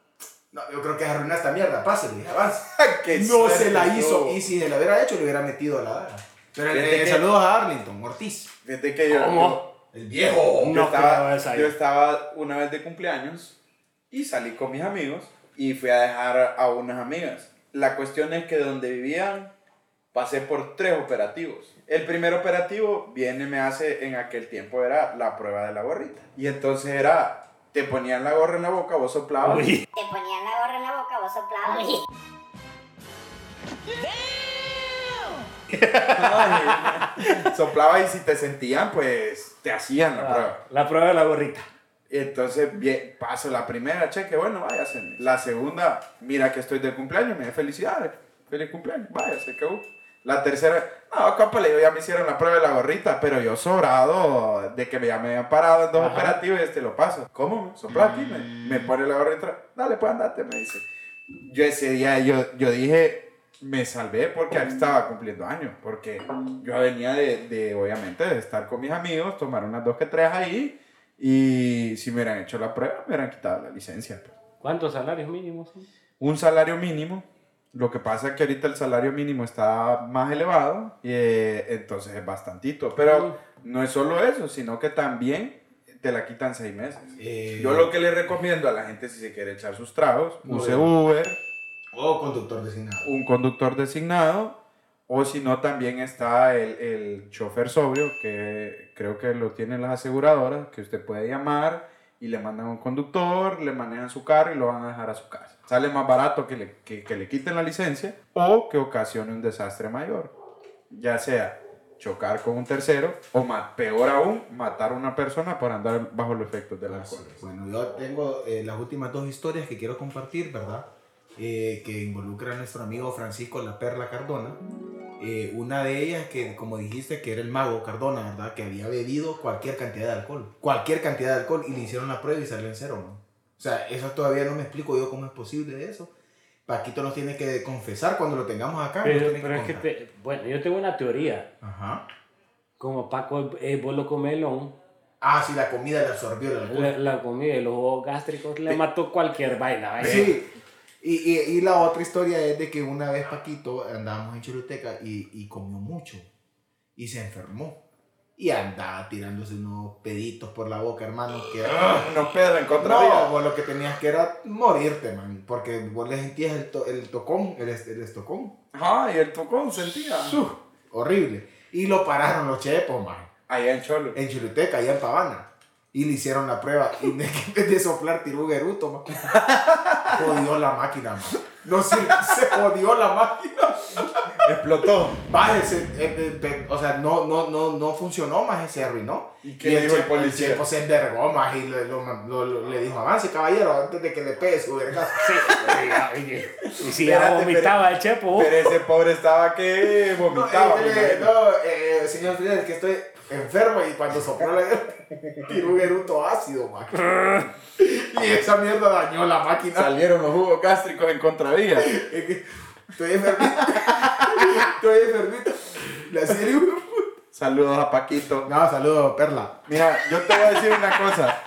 Speaker 2: No, yo creo que arruina esta mierda, pásale, avance
Speaker 4: Qué
Speaker 2: no
Speaker 4: suerte,
Speaker 2: se la
Speaker 4: no.
Speaker 2: hizo. Y si se la hubiera hecho, le hubiera metido a la daga. Pero el,
Speaker 4: Fíjate
Speaker 2: eh,
Speaker 4: que-
Speaker 2: saludos a Arlington, Ortiz.
Speaker 4: Fíjate que yo,
Speaker 1: ¿Cómo?
Speaker 2: El viejo.
Speaker 3: yo,
Speaker 1: No creo
Speaker 3: estaba,
Speaker 1: esa ahí.
Speaker 3: yo estaba una vez de cumpleaños y salí con mis amigos y fui a dejar a unas amigas. La cuestión es que donde vivían pasé por tres operativos. El primer operativo viene, me hace, en aquel tiempo era la prueba de la gorrita. Y entonces era, te ponían la gorra en la boca, vos soplabas.
Speaker 1: Ah, Uy,
Speaker 7: Te ponían la gorra en la boca, vos soplabas.
Speaker 3: soplaba y si te sentían, pues te hacían
Speaker 1: Ah.
Speaker 3: la prueba.
Speaker 1: la, la prueba de la gorrita.
Speaker 3: Entonces bien, paso la primera, cheque, bueno, váyase. La segunda, mira que estoy de cumpleaños, me da felicidades. Feliz cumpleaños, váyase, que uh. La tercera, no, compa, le digo, ya me hicieron la prueba de la gorrita, pero yo sobrado de que ya me habían parado en dos
Speaker 1: Ajá.
Speaker 3: operativos, este lo paso. ¿Cómo? Sopla aquí, me, me pone la gorrita. Dale, pues andate, me dice. Yo ese día, yo, yo dije, me salvé porque estaba cumpliendo años, porque yo venía de, de, obviamente, de estar con mis amigos, tomar unas dos que tres ahí, y si me hubieran hecho la prueba, me hubieran quitado la licencia. pues.
Speaker 1: ¿Cuántos salarios mínimos?
Speaker 3: Un salario mínimo, lo que pasa es que ahorita el salario mínimo está más elevado, y, eh, entonces es bastantito, pero no es solo eso, sino que también te la quitan seis meses.
Speaker 2: Eh,
Speaker 3: Yo lo que le recomiendo a la gente si se quiere echar sus tragos,
Speaker 2: Muy
Speaker 3: use
Speaker 2: bien.
Speaker 3: Uber,
Speaker 2: O conductor designado.
Speaker 3: un conductor designado o si no también está el, el chofer sobrio que creo que lo tienen las aseguradoras que usted puede llamar y le mandan un conductor, le manejan su carro y lo van a dejar a su casa. Sale más barato que le, que, que le quiten la licencia o que ocasione un desastre mayor, ya sea chocar con un tercero o ma- peor aún matar a una persona por andar bajo los efectos del alcohol.
Speaker 2: Bueno, yo tengo eh, las últimas dos historias que quiero compartir, ¿verdad? Eh, que involucra a nuestro amigo Francisco La Perla Cardona. Eh, una de ellas que, como dijiste, que era el mago Cardona, ¿verdad? Que había bebido cualquier cantidad de alcohol. Cualquier cantidad de alcohol y le hicieron la prueba y salió en cero, ¿no? O sea, eso todavía no me explico yo cómo es posible eso. Paquito nos tiene que confesar cuando lo tengamos acá. nos
Speaker 1: Pero,
Speaker 2: tiene que
Speaker 1: pero es que,
Speaker 2: contar.
Speaker 1: te- bueno, yo tengo una teoría.
Speaker 2: Ajá.
Speaker 1: Como Paco es bolo comelón,
Speaker 2: Ah, sí, la comida le absorbió el alcohol.
Speaker 1: la, la comida y los jugos gástricos le mató cualquier vaina. vaina.
Speaker 2: Sí. Y, y, y la otra historia es de que una vez Paquito andábamos en Choluteca y, y comió mucho y se enfermó. Y andaba tirándose unos peditos por la boca, hermano. Que
Speaker 3: Ah. No, Pedro, en contra
Speaker 2: Ah. no, vos lo que tenías que era morirte, man. Porque vos le sentías el, to- el tocón, el, est- el estocón.
Speaker 3: Ajá, y el tocón sentía.
Speaker 2: ¡Sus! Horrible. Y lo pararon los chepos, man.
Speaker 3: Allá en Cholo.
Speaker 2: En Choluteca, allá en Pavana. Y le hicieron la prueba. Y de, en vez de soplar, tiró un eruto, man. Jodió la máquina, man. No sé, se jodió la máquina.
Speaker 3: Explotó.
Speaker 2: Bájese. eh, o sea, no, no, no, no funcionó, más se arruinó.
Speaker 3: ¿Y qué dijo el
Speaker 2: chepo-
Speaker 3: policía?
Speaker 2: chepo se envergó, más y le, lo- lo- lo- le dijo, avance, caballero, antes de que le pegue su verga.
Speaker 1: Sí, y- y- y si ya
Speaker 3: Espérate,
Speaker 1: vomitaba el chepo,
Speaker 3: Pero ese pobre estaba que
Speaker 2: No,
Speaker 3: vomitaba.
Speaker 2: eh,
Speaker 3: me
Speaker 2: eh,
Speaker 3: imagino.
Speaker 2: no, eh, señor Fidel, es que estoy enfermo y cuando sopló la tiró un eruto ácido, man. Y esa mierda dañó la máquina.
Speaker 3: Salieron los jugos gástricos en contravía.
Speaker 2: Es que Estoy enfermito. Estoy enfermito. La serie.
Speaker 3: Saludos a Paquito.
Speaker 2: No, saludos, Perla.
Speaker 3: Mira, yo te voy a decir una cosa.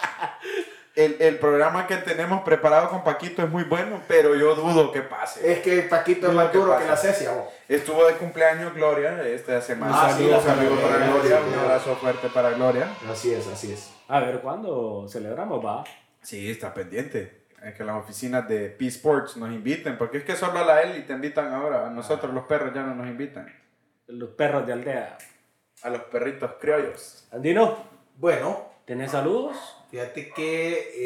Speaker 3: El, el programa que tenemos preparado con Paquito es muy bueno, pero yo dudo que pase.
Speaker 2: Es que Paquito es más
Speaker 3: ¿Qué
Speaker 2: duro
Speaker 3: pasa?
Speaker 2: que la Cecia, vos.
Speaker 3: Estuvo de cumpleaños Gloria eh, esta semana.
Speaker 2: Ah, sí, la
Speaker 3: saludos, saludos
Speaker 2: Gloria.
Speaker 3: para Gloria.
Speaker 2: Sí,
Speaker 3: Un
Speaker 2: sí.
Speaker 3: abrazo fuerte para Gloria.
Speaker 2: Así es, así es.
Speaker 1: a ver cuándo celebramos, va.
Speaker 3: Sí, está pendiente. Es que las oficinas de P
Speaker 2: Ah.
Speaker 3: Sports nos inviten, porque es que solo a la élite invitan ahora. A nosotros los perros ya no nos invitan.
Speaker 1: los perros de aldea.
Speaker 3: A los perritos criollos.
Speaker 1: Andino,
Speaker 2: Bueno,
Speaker 1: ¿tenés saludos?
Speaker 2: fíjate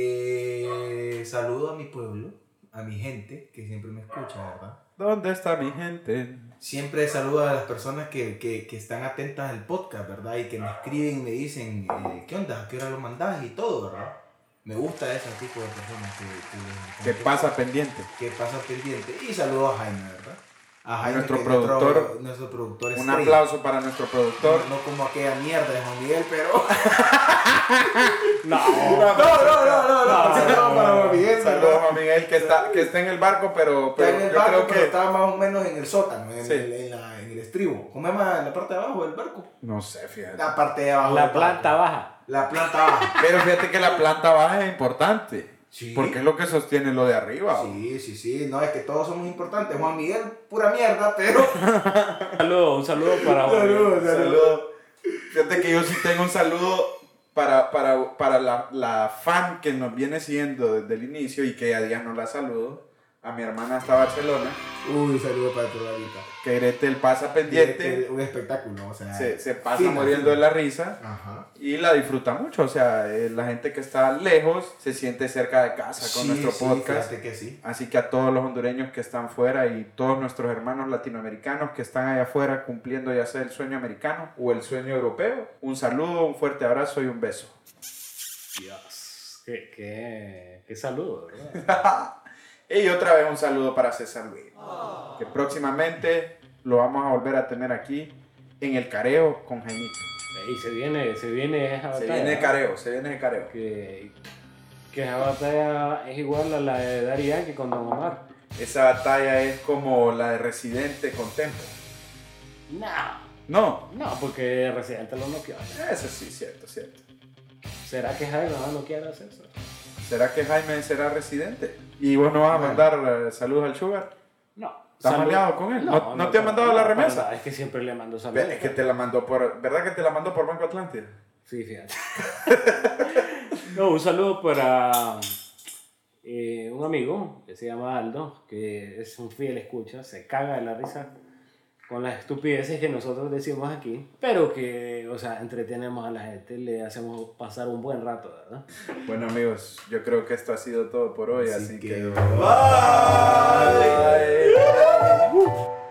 Speaker 2: que eh, saludo a mi pueblo, a mi gente, que siempre me escucha, ¿verdad?
Speaker 3: ¿Dónde está mi gente?
Speaker 2: Siempre saludo a las personas que, que- que están atentas al podcast, ¿verdad? Y que me escriben y me dicen, eh, ¿qué onda? ¿A qué hora lo mandás? Y todo, ¿verdad? Me gusta ese tipo de personas que... que-
Speaker 3: ¿Qué
Speaker 2: que-
Speaker 3: pasa pendiente?
Speaker 2: que pasa pendiente. Y saludo a Jaime, ¿verdad? A Jaime,
Speaker 3: Nuestro
Speaker 2: que es
Speaker 3: productor.
Speaker 2: Nuestro productor
Speaker 3: Un
Speaker 2: estrella.
Speaker 3: aplauso para nuestro productor.
Speaker 2: No, no como aquella mierda de Juan Miguel, pero...
Speaker 1: No.
Speaker 2: No, no, no, no, no.
Speaker 1: No,
Speaker 2: Saludos para Juan Miguel,
Speaker 3: Saludos
Speaker 2: ¿verdad?
Speaker 3: a Miguel que está, que está en el barco, pero,
Speaker 2: Está
Speaker 3: pero
Speaker 2: en el
Speaker 3: yo
Speaker 2: barco,
Speaker 3: creo
Speaker 2: pero
Speaker 3: que.
Speaker 2: estaba más o menos en el sótano, en,
Speaker 3: Sí.
Speaker 2: el, en la- en el estribo. ¿Cómo se llama la parte de abajo del barco?
Speaker 3: No sé, fíjate.
Speaker 2: La parte de abajo.
Speaker 1: La
Speaker 2: del barco.
Speaker 1: planta baja.
Speaker 2: La planta baja.
Speaker 3: Pero fíjate que la planta baja es importante.
Speaker 2: Sí.
Speaker 3: Porque es lo que sostiene lo de arriba.
Speaker 2: Sí, sí, sí. No, es que todos somos importantes. Juan Miguel, pura mierda, pero.
Speaker 1: Un saludo, un saludo para Juan Miguel.
Speaker 2: Saludos, saludos.
Speaker 3: Saludos. Fíjate que yo sí tengo un saludo para, para, para la, la fan que nos viene siguiendo desde el inicio y que a día no la saludo. A mi hermana hasta Barcelona,
Speaker 2: Uy, saludo para tu ladita.
Speaker 3: que Gretel pasa pendiente,
Speaker 2: Un espectáculo, o sea.
Speaker 3: se, se pasa
Speaker 2: fina,
Speaker 3: muriendo de
Speaker 2: fina.
Speaker 3: la risa
Speaker 2: Ajá.
Speaker 3: y la disfruta mucho. O sea, eh, la gente que está lejos se siente cerca de casa con
Speaker 2: Sí,
Speaker 3: nuestro
Speaker 2: sí,
Speaker 3: podcast.
Speaker 2: fíjate que sí.
Speaker 3: Así que a todos los hondureños que están fuera y todos nuestros hermanos latinoamericanos que están allá afuera cumpliendo ya sea el sueño americano o el sueño europeo, un saludo, un fuerte abrazo y un beso.
Speaker 1: Dios, qué, qué, qué saludo, ¿verdad?
Speaker 3: y otra vez un saludo para César Luis, que próximamente lo vamos a volver a tener aquí en el careo con Jaimito.
Speaker 1: Y se viene, se viene esa
Speaker 3: Se
Speaker 1: batalla.
Speaker 3: viene el
Speaker 1: ¿no?
Speaker 3: careo, se viene el careo.
Speaker 1: Que, que esa batalla es igual a la de Daddy Yankee con Don Omar.
Speaker 3: Esa batalla es como la de Residente con Tempo.
Speaker 1: No,
Speaker 3: No,
Speaker 1: no, porque Residente lo noqueó.
Speaker 3: eso sí, cierto, cierto.
Speaker 1: ¿Será que Jaime va a noquear a César?
Speaker 3: ¿Será que Jaime será Residente? ¿Y vos no vas a
Speaker 2: Bueno.
Speaker 3: mandar eh, saludos al Sugar?
Speaker 1: No.
Speaker 3: ¿Estás
Speaker 1: Salud-
Speaker 3: maleado con él? ¿No- no te ha mandado la
Speaker 1: para
Speaker 3: remesa?
Speaker 1: nada, Es que siempre le mando saludos.
Speaker 3: Es que te la mandó por. ¿Verdad que te la mandó por Banco Atlántida?
Speaker 1: Sí, fíjate. no, un saludo para eh, un amigo que se llama Aldo, que es un fiel escucha, se caga de la risa con las estupideces que nosotros decimos aquí, pero que, o sea, entretenemos a la gente, le hacemos pasar un buen rato, ¿verdad?
Speaker 3: Bueno, amigos, yo creo que esto ha sido todo por hoy, así, que.
Speaker 2: Bye.
Speaker 3: Bye.